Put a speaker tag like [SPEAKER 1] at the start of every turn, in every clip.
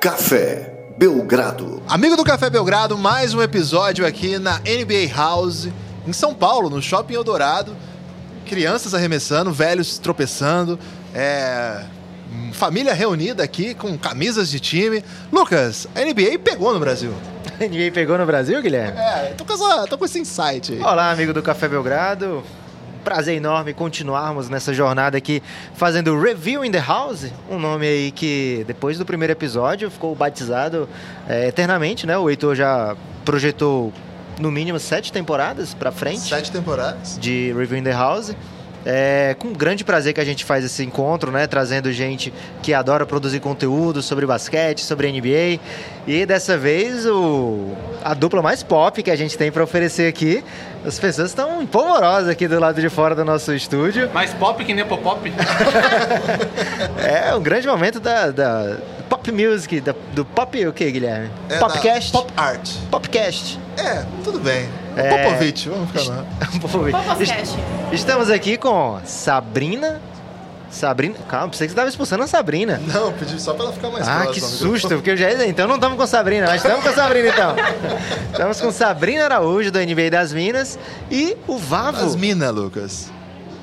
[SPEAKER 1] Café Belgrado.
[SPEAKER 2] Amigo do Café Belgrado, mais um episódio aqui na NBA House, em São Paulo, no Shopping Eldorado. Crianças arremessando, velhos tropeçando, é, família reunida aqui com camisas de time. Lucas, a NBA pegou no Brasil.
[SPEAKER 3] A NBA pegou no Brasil, Guilherme?
[SPEAKER 2] É, tô com, essa, tô com esse insight aí.
[SPEAKER 3] Olá, amigo do Café Belgrado. Prazer enorme continuarmos nessa jornada aqui fazendo o Review in the House, um nome aí que depois do primeiro episódio ficou batizado é, eternamente, né? O Heitor já projetou no mínimo sete temporadas pra frente
[SPEAKER 2] Sete temporadas.
[SPEAKER 3] de Review in the House. É com grande prazer que a gente faz esse encontro, né? Trazendo gente que adora produzir conteúdo sobre basquete, sobre NBA. E dessa vez o, a dupla mais pop que a gente tem para oferecer aqui. As pessoas estão empolvorosas aqui do lado de fora do nosso estúdio.
[SPEAKER 4] Mais pop que nem pop
[SPEAKER 3] É um grande momento da, da pop music, da- do pop o que, Guilherme?
[SPEAKER 2] É
[SPEAKER 3] Popcast?
[SPEAKER 2] da Pop Art.
[SPEAKER 3] Popcast.
[SPEAKER 2] É, tudo bem.
[SPEAKER 3] É.
[SPEAKER 2] Popovich, vamos ficar lá.
[SPEAKER 3] Vou ver.
[SPEAKER 5] Popocast.
[SPEAKER 3] Estamos aqui com Sabrina. Sabrina. Calma, pensei que você estava expulsando a Sabrina.
[SPEAKER 2] Não, pedi só pra ela ficar mais
[SPEAKER 3] Ah,
[SPEAKER 2] próxima.
[SPEAKER 3] que
[SPEAKER 2] amigo.
[SPEAKER 3] susto, porque eu já ia- Então não estamos com Sabrina, mas estamos com Sabrina então. Estamos com Sabrina Araújo, do NBA das Minas, e o Vavo.
[SPEAKER 2] As mina, Lucas.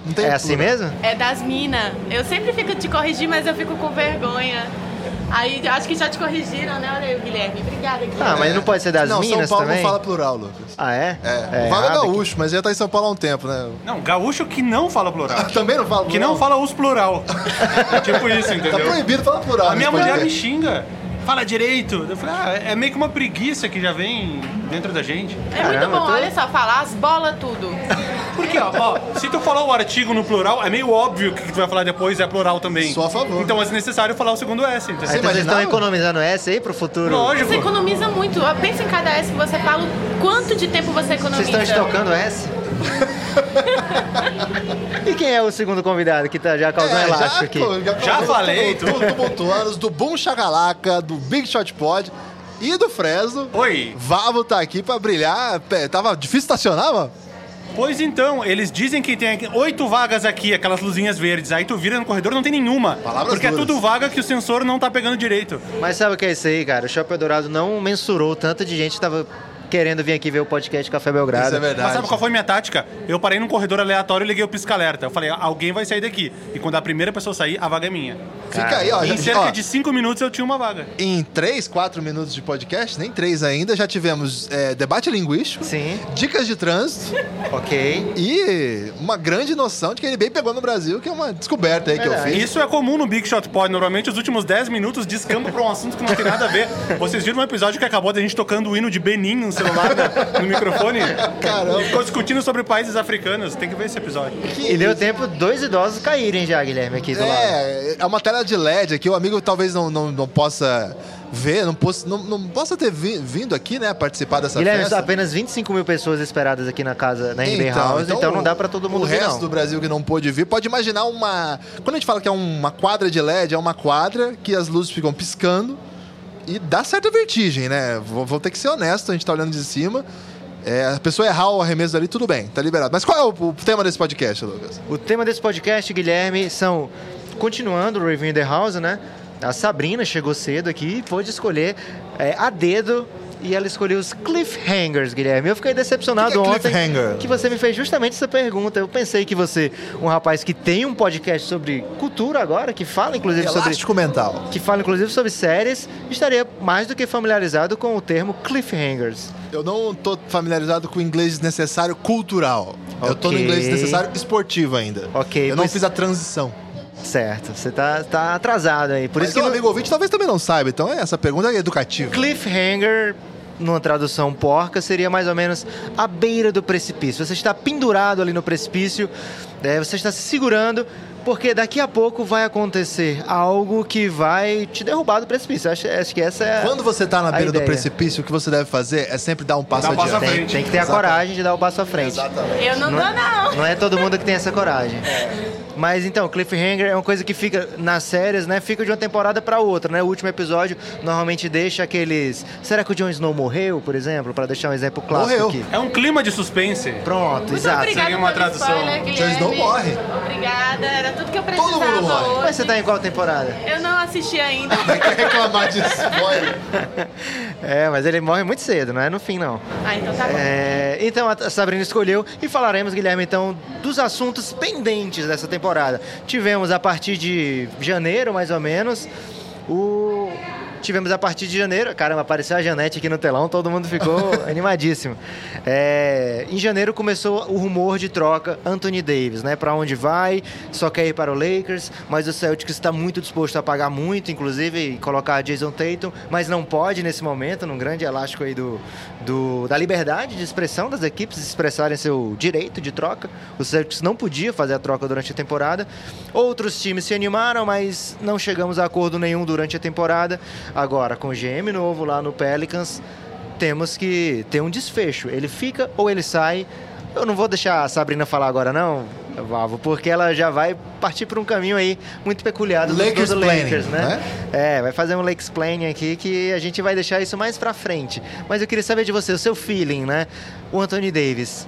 [SPEAKER 2] Não tem
[SPEAKER 3] É assim
[SPEAKER 2] plural.
[SPEAKER 3] mesmo?
[SPEAKER 5] É das minas. Eu sempre fico te corrigir, mas eu fico com vergonha. Aí acho que já te corrigiram, né? Olha aí, o Guilherme. Obrigada, Guilherme.
[SPEAKER 3] Ah, mas não pode ser das
[SPEAKER 2] não,
[SPEAKER 3] Minas
[SPEAKER 2] São Paulo
[SPEAKER 3] também?
[SPEAKER 2] não fala plural, Lucas.
[SPEAKER 3] Ah, é?
[SPEAKER 2] É, o Vale é
[SPEAKER 3] errado aqui.
[SPEAKER 2] gaúcho, mas já tá em São Paulo há um tempo, né?
[SPEAKER 4] Não, gaúcho que não fala plural.
[SPEAKER 2] Também não fala
[SPEAKER 4] Que
[SPEAKER 2] plural?
[SPEAKER 4] não fala os plural. tipo isso,
[SPEAKER 2] Tá
[SPEAKER 4] entendeu?
[SPEAKER 2] proibido falar plural. né?
[SPEAKER 4] A minha
[SPEAKER 2] nesse
[SPEAKER 4] mulher me
[SPEAKER 2] podcast.
[SPEAKER 4] xinga. Fala direito. Eu falei, ah, é meio que uma preguiça que já vem dentro da gente.
[SPEAKER 5] É muito
[SPEAKER 3] Caramba,
[SPEAKER 5] bom,
[SPEAKER 3] tô-
[SPEAKER 5] olha só, falar as bolas tudo.
[SPEAKER 4] Porque, ó, ó, se tu falar o artigo no plural, é meio óbvio que o que tu vai falar depois é plural também.
[SPEAKER 2] Sou a favor. tá
[SPEAKER 4] Então é necessário falar o segundo S,
[SPEAKER 3] Ah,
[SPEAKER 4] entendeu?
[SPEAKER 3] então vocês
[SPEAKER 2] imaginava?
[SPEAKER 3] estão economizando essa aí pro futuro?
[SPEAKER 4] Lógico.
[SPEAKER 5] Você economiza muito. Pensa em cada S que você fala, o quanto de tempo você
[SPEAKER 3] Vocês
[SPEAKER 5] economiza.
[SPEAKER 3] estão estocando essa? e quem é o segundo convidado que tá já causando
[SPEAKER 2] É,
[SPEAKER 3] elástico
[SPEAKER 2] já,
[SPEAKER 3] aqui?
[SPEAKER 2] co-
[SPEAKER 4] Já
[SPEAKER 2] colocou
[SPEAKER 4] falei, então.
[SPEAKER 2] tudo- tudo tumultuanos, do Boom Chacalaca, do Big Shot Pod e do Fresno.
[SPEAKER 4] Oi.
[SPEAKER 2] Vavo tá aqui pra brilhar. Pé, Tava difícil estacionar, mano?
[SPEAKER 4] Pois então, eles dizem que tem aqui- oito vagas aqui, aquelas luzinhas verdes. Aí tu vira no corredor não tem nenhuma.
[SPEAKER 2] Palavras
[SPEAKER 4] porque
[SPEAKER 2] duras.
[SPEAKER 4] é tudo vaga que o sensor não tá pegando direito.
[SPEAKER 3] Mas sabe o que é isso aí, cara? O Shopping Dourado não mensurou o tanto de gente que tava querendo vir aqui ver o podcast Café Belgrado.
[SPEAKER 2] Isso é
[SPEAKER 4] Mas
[SPEAKER 2] verdade.
[SPEAKER 4] sabe qual foi minha tática? Eu parei num corredor aleatório e liguei o pisca-alerta. Eu falei, alguém vai sair daqui. E quando a primeira pessoa sair, a vaga é minha.
[SPEAKER 2] Fica aí, ó.
[SPEAKER 4] em
[SPEAKER 2] já-
[SPEAKER 4] cerca
[SPEAKER 2] ó,
[SPEAKER 4] de cinco minutos eu tinha uma vaga.
[SPEAKER 2] Em 3, 4 minutos de podcast, nem 3 ainda, já tivemos é, debate linguístico,
[SPEAKER 3] Sim,
[SPEAKER 2] dicas de trânsito
[SPEAKER 3] ok.
[SPEAKER 2] e uma grande noção de que a NBA pegou no Brasil, que é uma descoberta aí que eu
[SPEAKER 3] Verdade.
[SPEAKER 2] fiz.
[SPEAKER 4] Isso é comum no Big Shot Pod. Normalmente, os últimos 10 minutos descamba pra um assunto que não tem nada a ver. Vocês viram um episódio que acabou da gente tocando o hino de Benin no celular, né? no, no microfone?
[SPEAKER 2] Caramba.
[SPEAKER 4] E ficou discutindo sobre países africanos. Tem que ver esse episódio.
[SPEAKER 3] E deu tempo dois idosos caírem já, Guilherme, aqui é do lado.
[SPEAKER 2] É, é uma tela de LED aqui. O amigo talvez não, não, não possa ver, não, possa não, não possa ter vi- vindo aqui, né, participar dessa
[SPEAKER 3] Guilherme,
[SPEAKER 2] festa.
[SPEAKER 3] apenas 25 mil pessoas esperadas aqui na casa, na NBA House, então, não dá pra todo mundo
[SPEAKER 2] O
[SPEAKER 3] vir,
[SPEAKER 2] resto
[SPEAKER 3] não.
[SPEAKER 2] do Brasil que não pôde vir, pode imaginar uma... Quando a gente fala que é uma quadra de LED, é uma quadra que as luzes ficam piscando e dá certa vertigem, né? Vou, vou ter que ser honesto, a gente tá olhando de cima. É, a pessoa errar o arremesso ali, tudo bem, tá liberado. Mas qual é o, o tema desse podcast, Lucas?
[SPEAKER 3] O tema desse podcast, Guilherme, são. Continuando o Review in the House, né? A Sabrina chegou cedo aqui e pôde escolher é, a dedo. E ela escolheu os cliffhangers, Guilherme. Eu fiquei decepcionado
[SPEAKER 2] O que que é
[SPEAKER 3] ontem
[SPEAKER 2] cliffhanger?
[SPEAKER 3] que você me fez justamente essa pergunta. Eu pensei que você, um rapaz que tem um podcast sobre cultura agora, que fala inclusive sobre
[SPEAKER 2] Elástico mental.
[SPEAKER 3] que fala inclusive sobre séries, estaria mais do que familiarizado com o termo cliffhangers.
[SPEAKER 2] Eu não tô familiarizado com o inglês necessário cultural. Eu tô no
[SPEAKER 3] Ok.
[SPEAKER 2] inglês necessário esportivo ainda.
[SPEAKER 3] Ok,
[SPEAKER 2] Eu não
[SPEAKER 3] pois-
[SPEAKER 2] fiz a transição.
[SPEAKER 3] Certo, você tá, tá atrasado aí. Por
[SPEAKER 2] Por Mas
[SPEAKER 3] isso que
[SPEAKER 2] o
[SPEAKER 3] não-
[SPEAKER 2] amigo ouvinte talvez também não saiba, então é, essa pergunta é educativa.
[SPEAKER 3] cliffhanger, numa tradução porca, seria mais ou menos a beira do precipício. Você está pendurado ali no precipício, né, você está se segurando, porque daqui a pouco vai acontecer algo que vai te derrubar do precipício. Acho, acho que essa é. a-
[SPEAKER 2] Quando você tá na
[SPEAKER 3] a
[SPEAKER 2] beira do
[SPEAKER 3] ideia.
[SPEAKER 2] precipício, o que você deve fazer é sempre dar um passo
[SPEAKER 4] Dá um passo
[SPEAKER 2] adiante.
[SPEAKER 4] à
[SPEAKER 3] Tem, tem que ter a
[SPEAKER 2] Exatamente.
[SPEAKER 3] coragem de dar o passo à frente.
[SPEAKER 2] Exatamente.
[SPEAKER 5] Eu não, dou, não.
[SPEAKER 3] Não é todo mundo que tem essa coragem. Mas então, cliffhanger é uma coisa que fica nas séries, né? Fica de uma temporada pra outra, né? O último episódio normalmente deixa aqueles. Será que o Jon Snow morreu, por exemplo? Pra deixar um exemplo clássico
[SPEAKER 2] Morreu.
[SPEAKER 3] aqui.
[SPEAKER 4] É um clima de suspense.
[SPEAKER 3] Pronto,
[SPEAKER 5] Muito
[SPEAKER 3] exato.
[SPEAKER 5] obrigada
[SPEAKER 4] seria uma
[SPEAKER 5] pelo
[SPEAKER 4] tradução.
[SPEAKER 5] spoiler,
[SPEAKER 4] Jon
[SPEAKER 5] Guilherme.
[SPEAKER 2] Snow morre.
[SPEAKER 5] Obrigada, era tudo que eu precisava
[SPEAKER 2] Todo mundo morre.
[SPEAKER 5] hoje.
[SPEAKER 3] Mas você tá em qual temporada?
[SPEAKER 5] Eu não assisti ainda.
[SPEAKER 2] Quer reclamar de spoiler?
[SPEAKER 3] É, mas ele morre muito cedo, não é no fim, não.
[SPEAKER 5] Ah, então tá bom.
[SPEAKER 3] É, então a Sabrina escolheu e falaremos, Guilherme, então, dos assuntos pendentes dessa temporada. Tivemos a partir de janeiro, mais ou menos, o. Tivemos a partir de janeiro, caramba, apareceu a Janete aqui no telão, todo mundo ficou animadíssimo. É, em janeiro começou o rumor de troca Anthony Davis, né? Para onde vai? Só quer ir para o Lakers, mas o Celtics está muito disposto a pagar muito, inclusive e colocar Jason Tatum, mas não pode nesse momento, num grande elástico aí do, do- da liberdade de expressão das equipes expressarem seu direito de troca. O Celtics não podia fazer a troca durante a temporada. Outros times se animaram, mas não chegamos a acordo nenhum durante a temporada. Agora, com o GM novo lá no Pelicans, temos que ter um desfecho. Ele fica ou ele sai. Eu não vou deixar a Sabrina falar agora, não, Vavo, porque ela já vai partir por um caminho aí muito peculiar do
[SPEAKER 2] Lakers
[SPEAKER 3] do
[SPEAKER 2] planning,
[SPEAKER 3] Lakers, né? É, vai fazer um Lakes Planning aqui que a gente vai deixar isso mais pra frente. Mas eu queria saber de você, o seu feeling, né? O Anthony Davis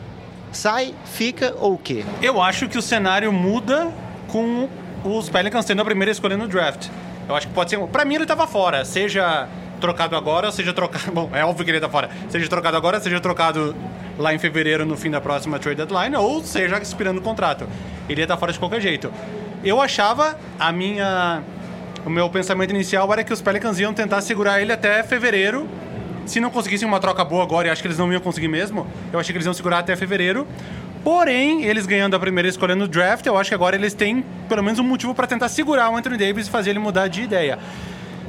[SPEAKER 3] sai, fica ou o quê?
[SPEAKER 4] Eu acho que o cenário muda com os Pelicans tendo a primeira escolha no draft. Eu acho que pode ser. um, Pra mim, ele tava fora. Seja trocado agora, seja trocado. Bom, é óbvio que ele tá fora. Seja trocado agora, seja trocado lá em fevereiro, no fim da próxima trade deadline, ou seja, expirando o contrato. Ele ia estar fora de qualquer jeito. Eu achava a minha. O meu pensamento inicial era que os Pelicans iam tentar segurar ele até fevereiro, se não conseguissem uma troca boa agora, e acho que eles não iam conseguir mesmo, eu achei que eles iam segurar até fevereiro. Porém, eles ganhando a primeira escolha no draft, eu acho que agora eles têm pelo menos um motivo para tentar segurar o Anthony Davis e fazer ele mudar de ideia.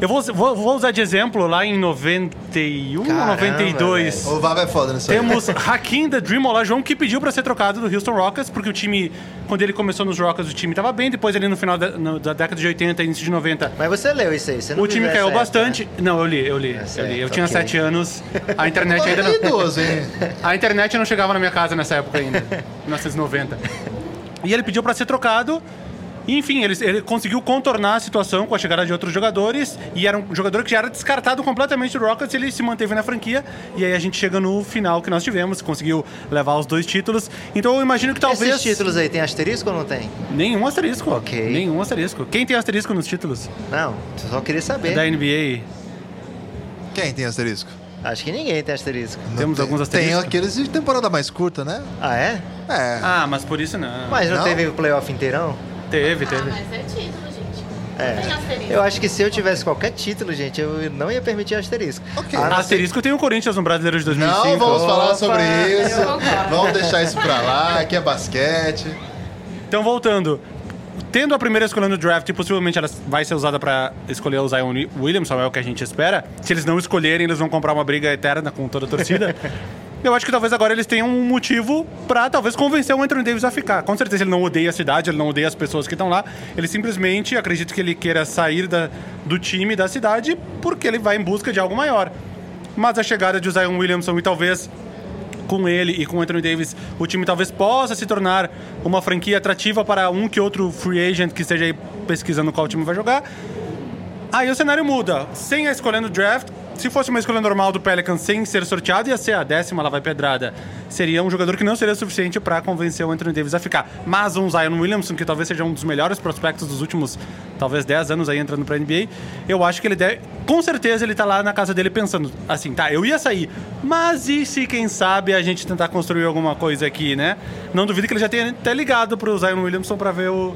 [SPEAKER 4] Eu vou, vou- vou usar de exemplo lá em 91 ou
[SPEAKER 3] Caramba,
[SPEAKER 4] 92.
[SPEAKER 2] O Vava é foda nisso aí.
[SPEAKER 4] Temos Hakim The Dream Olajuwon, que pediu pra ser trocado do Houston Rockets, porque o time, quando ele começou nos Rockets, o time tava bem. Depois, ali no final da, no- da década de 80, início de 90,
[SPEAKER 3] Mas você leu isso aí, você não
[SPEAKER 4] o time
[SPEAKER 3] viveu
[SPEAKER 4] caiu
[SPEAKER 3] essa época,
[SPEAKER 4] bastante.
[SPEAKER 3] né?
[SPEAKER 4] Não, eu li, eu li.
[SPEAKER 3] Essa
[SPEAKER 4] eu, li. eu
[SPEAKER 3] época,
[SPEAKER 4] tinha
[SPEAKER 3] ok. Tá
[SPEAKER 4] sete anos. A internet ainda
[SPEAKER 2] Olha que
[SPEAKER 4] não.
[SPEAKER 2] idoso, hein?
[SPEAKER 4] A internet não chegava na minha casa nessa época ainda, 1990. E ele pediu pra ser trocado. E, Enfim, ele, ele conseguiu contornar a situação com a chegada de outros jogadores. E era um jogador que já era descartado completamente do Rockets. Ele se manteve na franquia. E aí a gente chega no final que nós tivemos. Conseguiu levar os dois títulos. Então eu imagino que talvez.
[SPEAKER 3] Esses títulos aí, tem asterisco ou não tem?
[SPEAKER 4] Nenhum asterisco.
[SPEAKER 3] Ok.
[SPEAKER 4] Nenhum asterisco. Quem tem asterisco nos títulos?
[SPEAKER 3] Não, só queria saber.
[SPEAKER 4] Da NBA.
[SPEAKER 3] Ah.
[SPEAKER 2] Quem tem asterisco?
[SPEAKER 3] Acho que ninguém tem asterisco.
[SPEAKER 2] Não
[SPEAKER 4] Temos
[SPEAKER 2] tem.
[SPEAKER 4] alguns
[SPEAKER 2] Tem
[SPEAKER 4] asteriscos.
[SPEAKER 2] aqueles de temporada mais curta, né?
[SPEAKER 3] Ah, é?
[SPEAKER 2] É.
[SPEAKER 4] Ah, mas por isso não.
[SPEAKER 3] Mas não,
[SPEAKER 2] Não?
[SPEAKER 3] teve o playoff inteirão?
[SPEAKER 4] Teve,
[SPEAKER 5] Ah,
[SPEAKER 4] teve.
[SPEAKER 5] mas é título, gente. Não tem
[SPEAKER 3] É.
[SPEAKER 5] asterisco.
[SPEAKER 3] Eu acho que se eu tivesse qualquer título, gente, eu não ia permitir asterisco.
[SPEAKER 2] Ok.
[SPEAKER 3] Ah,
[SPEAKER 4] Asterisco tem o Corinthians no Brasileiro de
[SPEAKER 2] Não
[SPEAKER 4] 2005.
[SPEAKER 2] vamos falar
[SPEAKER 3] Opa,
[SPEAKER 2] sobre isso.
[SPEAKER 5] eu concordo.
[SPEAKER 2] Vamos deixar isso pra lá. Aqui é basquete.
[SPEAKER 4] Então, voltando. Tendo a primeira escolha no draft, e possivelmente ela vai ser usada pra escolher o Zion Williamson, é o que a gente espera. Se eles não escolherem, eles vão comprar uma briga eterna com toda a torcida. Eu acho que talvez agora eles tenham um motivo pra talvez convencer o Anthony Davis a ficar. Com certeza ele não odeia a cidade, ele não odeia as pessoas que estão lá. Ele simplesmente acredita que ele queira sair da- do time, da cidade, porque ele vai em busca de algo maior. Mas a chegada de Zion Williamson e talvez com ele e com o Anthony Davis, o time talvez possa se tornar uma franquia atrativa para um que outro free agent que esteja aí pesquisando qual time vai jogar. Aí o cenário muda. Sem a escolha no draft, se fosse uma escolha normal do Pelicans sem ser sorteado, ia ser a décima, ela vai pedrada. Seria um jogador que não seria suficiente para convencer o Anthony Davis a ficar. Mas um Zion Williamson, que talvez seja um dos melhores prospectos dos últimos, talvez 10 anos aí entrando pra NBA, eu acho que ele deve. Com certeza ele tá lá na casa dele pensando assim, tá, eu ia sair, mas e se, quem sabe, a gente tentar construir alguma coisa aqui, né? Não duvido que ele já tenha até ligado pro Zion Williamson pra ver o.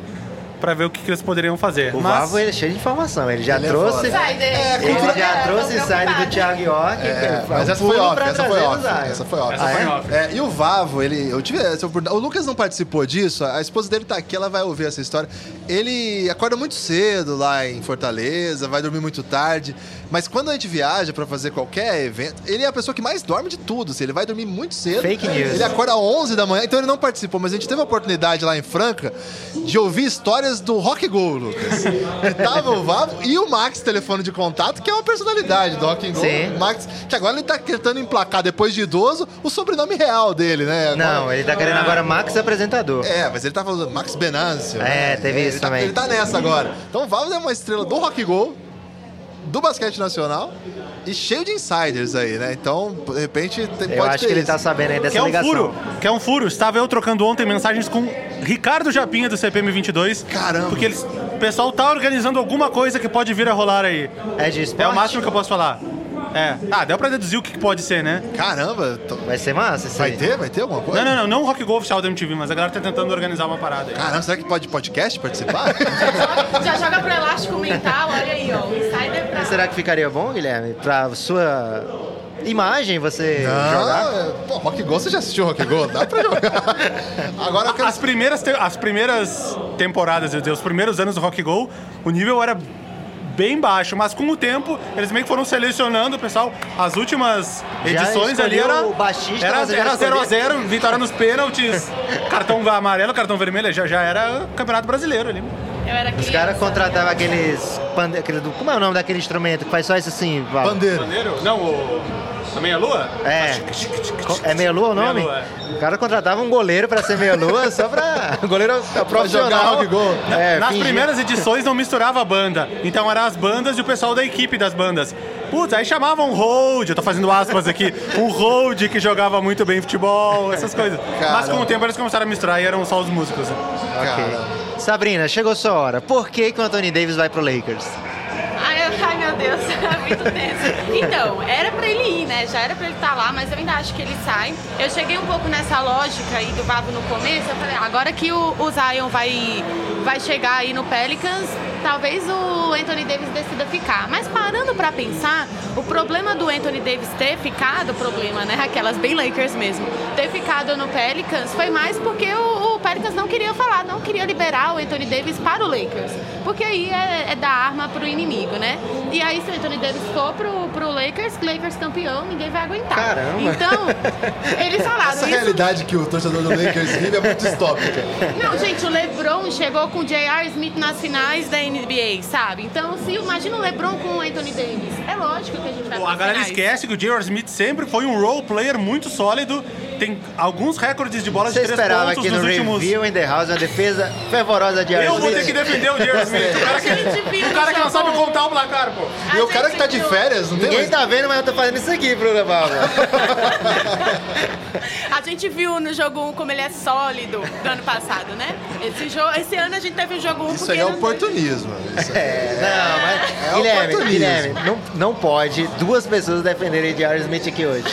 [SPEAKER 4] Pra ver o que, que eles poderiam fazer.
[SPEAKER 3] O
[SPEAKER 4] Mas-
[SPEAKER 3] Vavo ele é cheio de informação, ele já
[SPEAKER 2] Ele é
[SPEAKER 3] trouxe.
[SPEAKER 2] foda.
[SPEAKER 5] Sai dele.
[SPEAKER 3] ele já
[SPEAKER 5] Eu tô
[SPEAKER 3] trouxe insight
[SPEAKER 5] preocupada.
[SPEAKER 3] do Thiago York.
[SPEAKER 2] É, mas
[SPEAKER 3] um
[SPEAKER 2] essa foi off, essa foi off, essa foi off.
[SPEAKER 4] Essa
[SPEAKER 2] Ah,
[SPEAKER 4] foi
[SPEAKER 2] é?
[SPEAKER 4] off.
[SPEAKER 2] É, e o Vavo, ele, eu tive essa oportunidade. O Lucas não participou disso, a esposa dele tá aqui, ela vai ouvir essa história. Ele acorda muito cedo lá em Fortaleza, vai dormir muito tarde, mas quando a gente viaja pra fazer qualquer evento, ele é a pessoa que mais dorme de tudo, assim, ele vai dormir muito cedo.
[SPEAKER 3] Fake news.
[SPEAKER 2] Ele acorda às 11 da manhã, então ele não participou, mas a gente teve a oportunidade lá em Franca de ouvir histórias histórias do Rock Go, Lucas. Que tava o Vavo e o Max, telefone de contato, que é uma personalidade do Rock Go.
[SPEAKER 3] Sim.
[SPEAKER 2] O Max, que agora ele tá tentando emplacar, depois de idoso, o sobrenome real dele, né? Agora-
[SPEAKER 3] Não, ele tá querendo agora Max apresentador.
[SPEAKER 2] É, mas ele tá falando Max Benâncio.
[SPEAKER 3] É,
[SPEAKER 2] né?
[SPEAKER 3] teve
[SPEAKER 2] ele
[SPEAKER 3] isso
[SPEAKER 2] tá-
[SPEAKER 3] também.
[SPEAKER 2] Ele tá nessa agora. Então o Vavo é uma estrela do Rock Go, do basquete nacional e cheio de insiders aí, né? Então, de repente, tem-
[SPEAKER 3] Eu
[SPEAKER 2] pode
[SPEAKER 3] acho
[SPEAKER 2] ter
[SPEAKER 3] que ele
[SPEAKER 2] isso. é
[SPEAKER 3] tá sabendo aí dessa
[SPEAKER 4] Quer um
[SPEAKER 3] ligação.
[SPEAKER 4] furo? Quer um furo? Estava eu trocando ontem mensagens com Ricardo Japinha do CPM22.
[SPEAKER 2] Caramba.
[SPEAKER 4] Porque eles, o pessoal tá organizando alguma coisa que pode vir a rolar aí.
[SPEAKER 3] É de
[SPEAKER 4] É
[SPEAKER 3] esporte?
[SPEAKER 4] o máximo que eu posso falar. É. Ah, deu pra deduzir o que que pode ser, né?
[SPEAKER 2] Caramba, tô-
[SPEAKER 3] Vai ser massa isso
[SPEAKER 2] vai
[SPEAKER 3] aí.
[SPEAKER 2] ter? Vai ter alguma coisa?
[SPEAKER 4] Não, não, não, não o Rock Go oficial da MTV, mas a galera tá tentando organizar uma parada aí.
[SPEAKER 2] Caramba, será que pode podcast participar?
[SPEAKER 5] Já joga pro elástico mental, olha aí, ó. O insider pra.
[SPEAKER 3] E Será que ficaria bom, Guilherme? Pra sua imagem você jogar?
[SPEAKER 2] Ah, pô, Rock Go, você já assistiu Rock Go? Dá pra jogar. Agora eu quero...
[SPEAKER 4] As primeiras, te- as primeiras temporadas, eu dizer, os primeiros anos do Rock Go, o nível era bem baixo, mas com o tempo, eles meio que foram selecionando, pessoal, as últimas
[SPEAKER 3] Já
[SPEAKER 4] edições ali
[SPEAKER 3] escolheu
[SPEAKER 4] era
[SPEAKER 3] o baixista,
[SPEAKER 4] era
[SPEAKER 3] mas já
[SPEAKER 4] 0
[SPEAKER 3] escolheu-
[SPEAKER 4] a 0, vitória nos pênaltis, cartão amarelo, cartão vermelho, já já era Campeonato Brasileiro ali.
[SPEAKER 5] Eu era
[SPEAKER 3] Os caras
[SPEAKER 5] criança.
[SPEAKER 3] contratavam aqueles. pande- aquele do- como é o nome daquele instrumento que faz só isso assim? Paulo?
[SPEAKER 2] Bandeira.
[SPEAKER 4] Bandeiro? Não, o a meia-lua?
[SPEAKER 3] É. Co- É meia-lua o nome?
[SPEAKER 4] Meia-lua,
[SPEAKER 2] é.
[SPEAKER 3] O cara contratava um goleiro pra ser meia-lua só pra. O goleiro é
[SPEAKER 2] jogar
[SPEAKER 3] profissional.
[SPEAKER 2] rock gol.
[SPEAKER 3] É,
[SPEAKER 4] Nas
[SPEAKER 3] fingir.
[SPEAKER 4] primeiras edições não misturava a banda. Então eram as bandas e o pessoal da equipe das bandas. Putz, aí chamavam um hold, eu tô fazendo aspas aqui, um hold que jogava muito bem futebol, essas coisas. Mas com o tempo eles começaram a misturar e eram só os músicos. né?
[SPEAKER 3] Ok. Sabrina, chegou sua hora. Por que, que o Anthony Davis vai pro Lakers?
[SPEAKER 5] Ai, eu- ai, meu Deus, é muito tenso. Então, era pra ele ir, né? Já era pra ele estar lá, mas eu ainda acho que ele sai. Eu cheguei um pouco nessa lógica aí do Vavo no começo. Eu falei, ah, agora que o, o Zion vai, vai chegar aí no Pelicans, talvez o Anthony Davis decida ficar. Mas parando pra pensar, o problema do Anthony Davis ter ficado, problema, né? Aquelas bem Lakers mesmo, ter ficado no Pelicans foi mais porque o, o Pelicans não queria falar, não queria liberar o Anthony Davis para o Lakers. Porque aí é, é dar arma pro inimigo, né? E aí se o Anthony Davis for pro, pro Lakers, Lakers campeão, ninguém vai aguentar.
[SPEAKER 3] Caramba.
[SPEAKER 5] Então, eles falaram
[SPEAKER 2] Essa
[SPEAKER 5] isso.
[SPEAKER 2] realidade que o torcedor do Lakers vive é muito distópica.
[SPEAKER 5] Não, gente, o LeBron chegou com o J.R. Smith nas finais da NBA, sabe? Então, se imagina o LeBron com o Anthony Davis. É lógico que a gente vai
[SPEAKER 4] Pô,
[SPEAKER 5] pras
[SPEAKER 4] A galera
[SPEAKER 5] finais.
[SPEAKER 4] esquece que o J.R. Smith sempre foi um role player muito sólido, tem alguns recordes de bola
[SPEAKER 3] Você
[SPEAKER 4] de três
[SPEAKER 3] esperava
[SPEAKER 4] pontos
[SPEAKER 3] aqui no
[SPEAKER 4] nos últimos...
[SPEAKER 3] Review in the House uma defesa fervorosa de
[SPEAKER 4] Eu vou ter
[SPEAKER 3] Smith?
[SPEAKER 4] que defender o J.R. Smith, o cara
[SPEAKER 5] Gente,
[SPEAKER 4] que,
[SPEAKER 5] viu,
[SPEAKER 4] o cara que não
[SPEAKER 5] João?
[SPEAKER 4] sabe contar o placar, pô.
[SPEAKER 5] A
[SPEAKER 2] E o cara
[SPEAKER 5] gente
[SPEAKER 2] que tá de
[SPEAKER 5] viu-
[SPEAKER 2] férias, não tem
[SPEAKER 3] Ninguém
[SPEAKER 2] mais...
[SPEAKER 3] tá vendo, mas eu tô fazendo isso aqui pro Naval.
[SPEAKER 5] A gente viu no jogo 1 como ele é sólido do ano passado, né? Esse, jogo, esse ano a gente teve o jogo 1
[SPEAKER 2] Isso
[SPEAKER 5] porque...
[SPEAKER 2] aí é
[SPEAKER 5] não-
[SPEAKER 2] oportunismo. Isso aí.
[SPEAKER 3] É, não, mas. Guilherme,
[SPEAKER 2] oportunismo.
[SPEAKER 3] Guilherme, não, não pode duas pessoas defenderem J.R. Smith aqui hoje.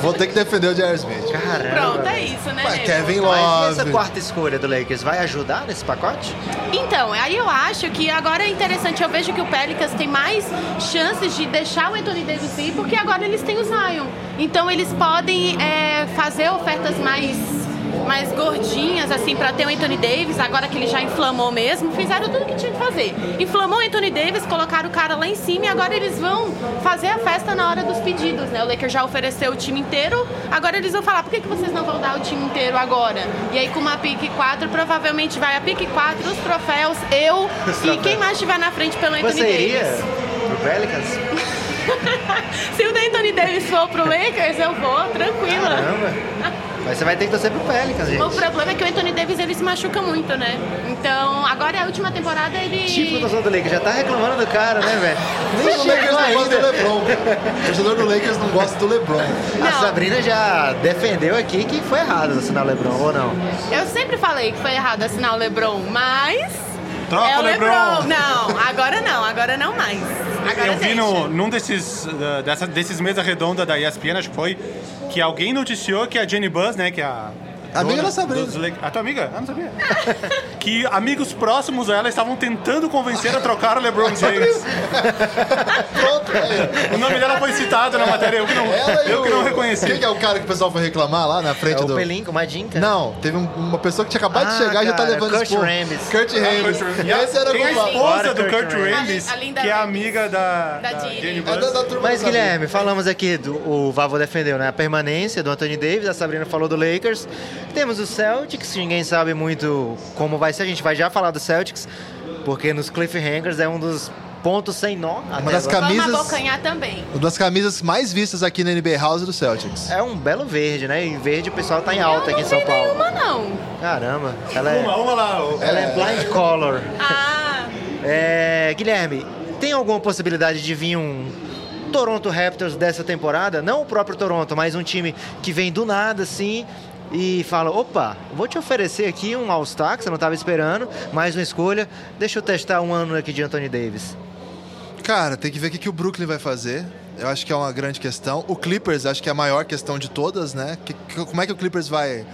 [SPEAKER 2] Vou ter que defender o J.R. Smith.
[SPEAKER 5] Pronto, é isso, né?
[SPEAKER 2] Ué,
[SPEAKER 5] nego?
[SPEAKER 2] Kevin
[SPEAKER 3] Mas
[SPEAKER 2] Love.
[SPEAKER 3] essa quarta escolha do Lakers vai ajudar nesse pacote?
[SPEAKER 5] Então, aí eu acho que agora é interessante. Eu vejo que o Pelicans tem mais chances de deixar o Anthony Davis ir, porque agora eles têm o Zion. Então, eles podem é, fazer ofertas mais mais gordinhas, assim, pra ter o Anthony Davis, agora que ele já inflamou mesmo, fizeram tudo o que tinha que fazer. Inflamou o Anthony Davis, colocaram o cara lá em cima e agora eles vão fazer a festa na hora dos pedidos, né? O Lakers já ofereceu o time inteiro, agora eles vão falar, por que, que vocês não vão dar o time inteiro agora? E aí com uma pique 4, provavelmente vai a pique 4, os troféus, eu e quem mais estiver na frente pelo Anthony
[SPEAKER 3] Você iria
[SPEAKER 5] Davis.
[SPEAKER 3] pro Pelicans?
[SPEAKER 5] Se o Anthony Davis for pro Lakers, eu vou, tranquila.
[SPEAKER 3] Caramba. Mas você vai ter que torcer pro Pelicans,
[SPEAKER 5] O
[SPEAKER 3] gente.
[SPEAKER 5] problema é que o Anthony Davis ele se machuca muito, né? Então, agora a última temporada ele.
[SPEAKER 3] Tipo do torcedor do Lakers, já tá reclamando do cara, né, velho?
[SPEAKER 2] Nem o
[SPEAKER 3] Nem
[SPEAKER 2] Lakers
[SPEAKER 3] chegou
[SPEAKER 2] não gosta do
[SPEAKER 3] ainda.
[SPEAKER 2] LeBron. cara. O torcedor do Lakers não gosta do LeBron.
[SPEAKER 5] Não.
[SPEAKER 3] A Sabrina já defendeu aqui que foi errado assinar o LeBron, ou não?
[SPEAKER 5] Eu sempre falei que foi errado assinar o LeBron, mas.
[SPEAKER 4] Troca
[SPEAKER 5] é
[SPEAKER 4] o LeBron.
[SPEAKER 5] Não, agora não, agora não mais. Agora
[SPEAKER 4] Eu vi no,
[SPEAKER 5] deixa.
[SPEAKER 4] num desses, uh, dessa, desses mesa redonda da ESPN, acho que foi, que alguém noticiou que a Jenny Buzz, né, que é a...
[SPEAKER 2] Amiga
[SPEAKER 4] dona
[SPEAKER 2] da Sabrina.
[SPEAKER 4] dos Le- A tua amiga? Ah, não sabia. que amigos próximos a ela estavam tentando convencer a trocar o LeBron James.
[SPEAKER 2] Pronto, é.
[SPEAKER 4] o nome dela foi citado na matéria, eu que não,
[SPEAKER 2] Ela e
[SPEAKER 4] eu que não
[SPEAKER 2] o- Quem
[SPEAKER 4] reconheci.
[SPEAKER 2] que é o cara que o pessoal foi reclamar lá na
[SPEAKER 3] É
[SPEAKER 2] frente
[SPEAKER 3] o
[SPEAKER 2] do...
[SPEAKER 3] Pelinco, uma dinca?
[SPEAKER 2] Não, teve um- uma pessoa que tinha acabado
[SPEAKER 3] Ah,
[SPEAKER 2] de chegar e já tá
[SPEAKER 3] cara,
[SPEAKER 2] levando
[SPEAKER 3] Kurt
[SPEAKER 2] esse povo.
[SPEAKER 3] Rambis.
[SPEAKER 2] Kurt
[SPEAKER 4] Ah,
[SPEAKER 2] Rambis. Esse era o
[SPEAKER 4] Tem a
[SPEAKER 2] culpado.
[SPEAKER 4] esposa
[SPEAKER 3] Fora
[SPEAKER 4] do
[SPEAKER 3] é Kurt
[SPEAKER 4] Kurt
[SPEAKER 3] Rambis.
[SPEAKER 4] Rambis,
[SPEAKER 5] A Linda
[SPEAKER 4] que é
[SPEAKER 5] Rambis.
[SPEAKER 4] amiga da,
[SPEAKER 5] Da
[SPEAKER 4] da
[SPEAKER 5] Jenny.
[SPEAKER 4] Jenny
[SPEAKER 2] É da,
[SPEAKER 4] Buzz.
[SPEAKER 2] da turma da
[SPEAKER 3] Mas,
[SPEAKER 2] Sabrina.
[SPEAKER 3] Guilherme, falamos aqui, do, o Vavo defendeu né, a permanência do Anthony Davis, a Sabrina falou do Lakers. Temos o Celtics, ninguém sabe muito como vai ser. A gente vai já falar do Celtics, porque nos cliffhangers é um dos pontos sem nó. até
[SPEAKER 2] das
[SPEAKER 3] agora.
[SPEAKER 2] Camisas-
[SPEAKER 5] Vamos abocanhar também.
[SPEAKER 2] Uma das camisas mais vistas aqui na NBA House é do Celtics.
[SPEAKER 3] É um belo verde, né? E verde o pessoal tá em alta
[SPEAKER 5] Eu
[SPEAKER 3] aqui em
[SPEAKER 5] não
[SPEAKER 3] São
[SPEAKER 5] vi
[SPEAKER 3] Paulo.
[SPEAKER 5] nenhuma, não.
[SPEAKER 3] Caramba, ela é,
[SPEAKER 4] Uma, uma lá. ô.
[SPEAKER 3] ela é blind color.
[SPEAKER 5] Ah,
[SPEAKER 3] É, Guilherme, tem alguma possibilidade de vir um Toronto Raptors dessa temporada? Não o próprio Toronto, mas um time que vem do nada, assim, e fala, opa, vou te oferecer aqui um All-Star, que você não estava esperando, mais uma escolha, deixa eu testar um ano aqui de Anthony Davis.
[SPEAKER 2] Cara, tem que ver o que, que o Brooklyn vai fazer. Eu acho que é uma grande questão. O Clippers, acho que é a maior questão de todas, né? Que- que- como é que o Clippers vai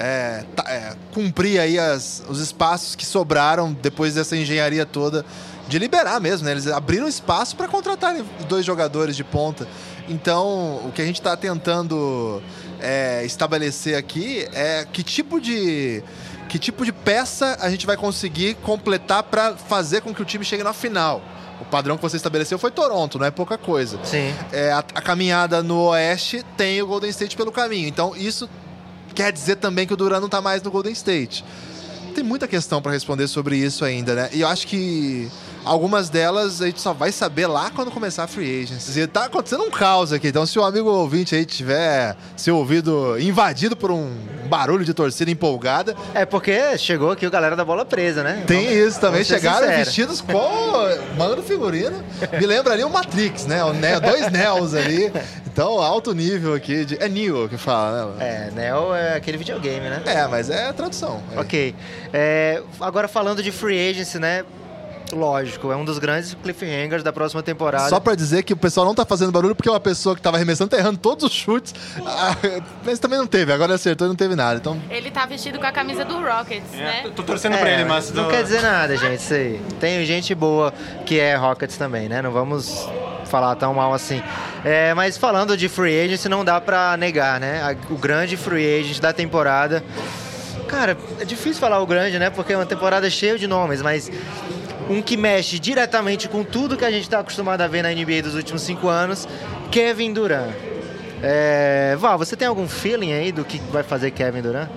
[SPEAKER 2] é, tá- é, cumprir aí as- os espaços que sobraram depois dessa engenharia toda de liberar mesmo, né? Eles abriram espaço para contratar dois jogadores de ponta. Então, o que a gente está tentando é, estabelecer aqui é que tipo de que tipo de peça a gente vai conseguir completar para fazer com que o time chegue na final. O padrão que você estabeleceu foi Toronto, não é pouca coisa.
[SPEAKER 3] Sim.
[SPEAKER 2] É, a, a caminhada no Oeste tem o Golden State pelo caminho. Então isso quer dizer também que o Duran não tá mais no Golden State. Tem muita questão para responder sobre isso ainda, né? E eu acho que algumas delas a gente só vai saber lá quando começar a free agency. E tá acontecendo um caos aqui. Então se o amigo ouvinte aí tiver seu ouvido invadido por um barulho de torcida empolgada,
[SPEAKER 3] É porque chegou aqui o galera da bola presa, né?
[SPEAKER 2] tem isso também.
[SPEAKER 3] vamos ser
[SPEAKER 2] Chegaram
[SPEAKER 3] sinceros.
[SPEAKER 2] vestidos com manga do figurino. Me lembra ali o Matrix, né? O Neo, dois Neos ali. Então, alto nível aqui. De... É Neo que fala, né?
[SPEAKER 3] É, Neo é aquele videogame, né?
[SPEAKER 2] É, mas é tradução. É.
[SPEAKER 3] Ok. É, agora falando de free agency, né? Lógico, é um dos grandes cliffhangers da próxima temporada.
[SPEAKER 2] Só pra dizer que o pessoal não tá fazendo barulho porque uma pessoa que tava arremessando tá errando todos os chutes. Ah, mas também não teve. Agora acertou e não teve nada. Então,
[SPEAKER 5] ele tá vestido com a camisa do Rockets,
[SPEAKER 4] É,
[SPEAKER 5] né?
[SPEAKER 4] tô- Tô torcendo
[SPEAKER 3] É,
[SPEAKER 4] pra ele, mas.
[SPEAKER 3] Não
[SPEAKER 4] tô-
[SPEAKER 3] quer dizer nada, gente, isso aí. Tem gente boa que é Rockets também, né? Não vamos falar tão mal assim. É, mas falando de free agent, não dá pra negar, né? A- o grande free agent da temporada. Cara, é difícil falar o grande, né? Porque é uma temporada cheia de nomes, mas um que mexe diretamente com tudo que a gente tá acostumado a ver na NBA dos últimos cinco anos, Kevin Durant. É, Val, você tem algum feeling aí do que vai fazer Kevin Durant?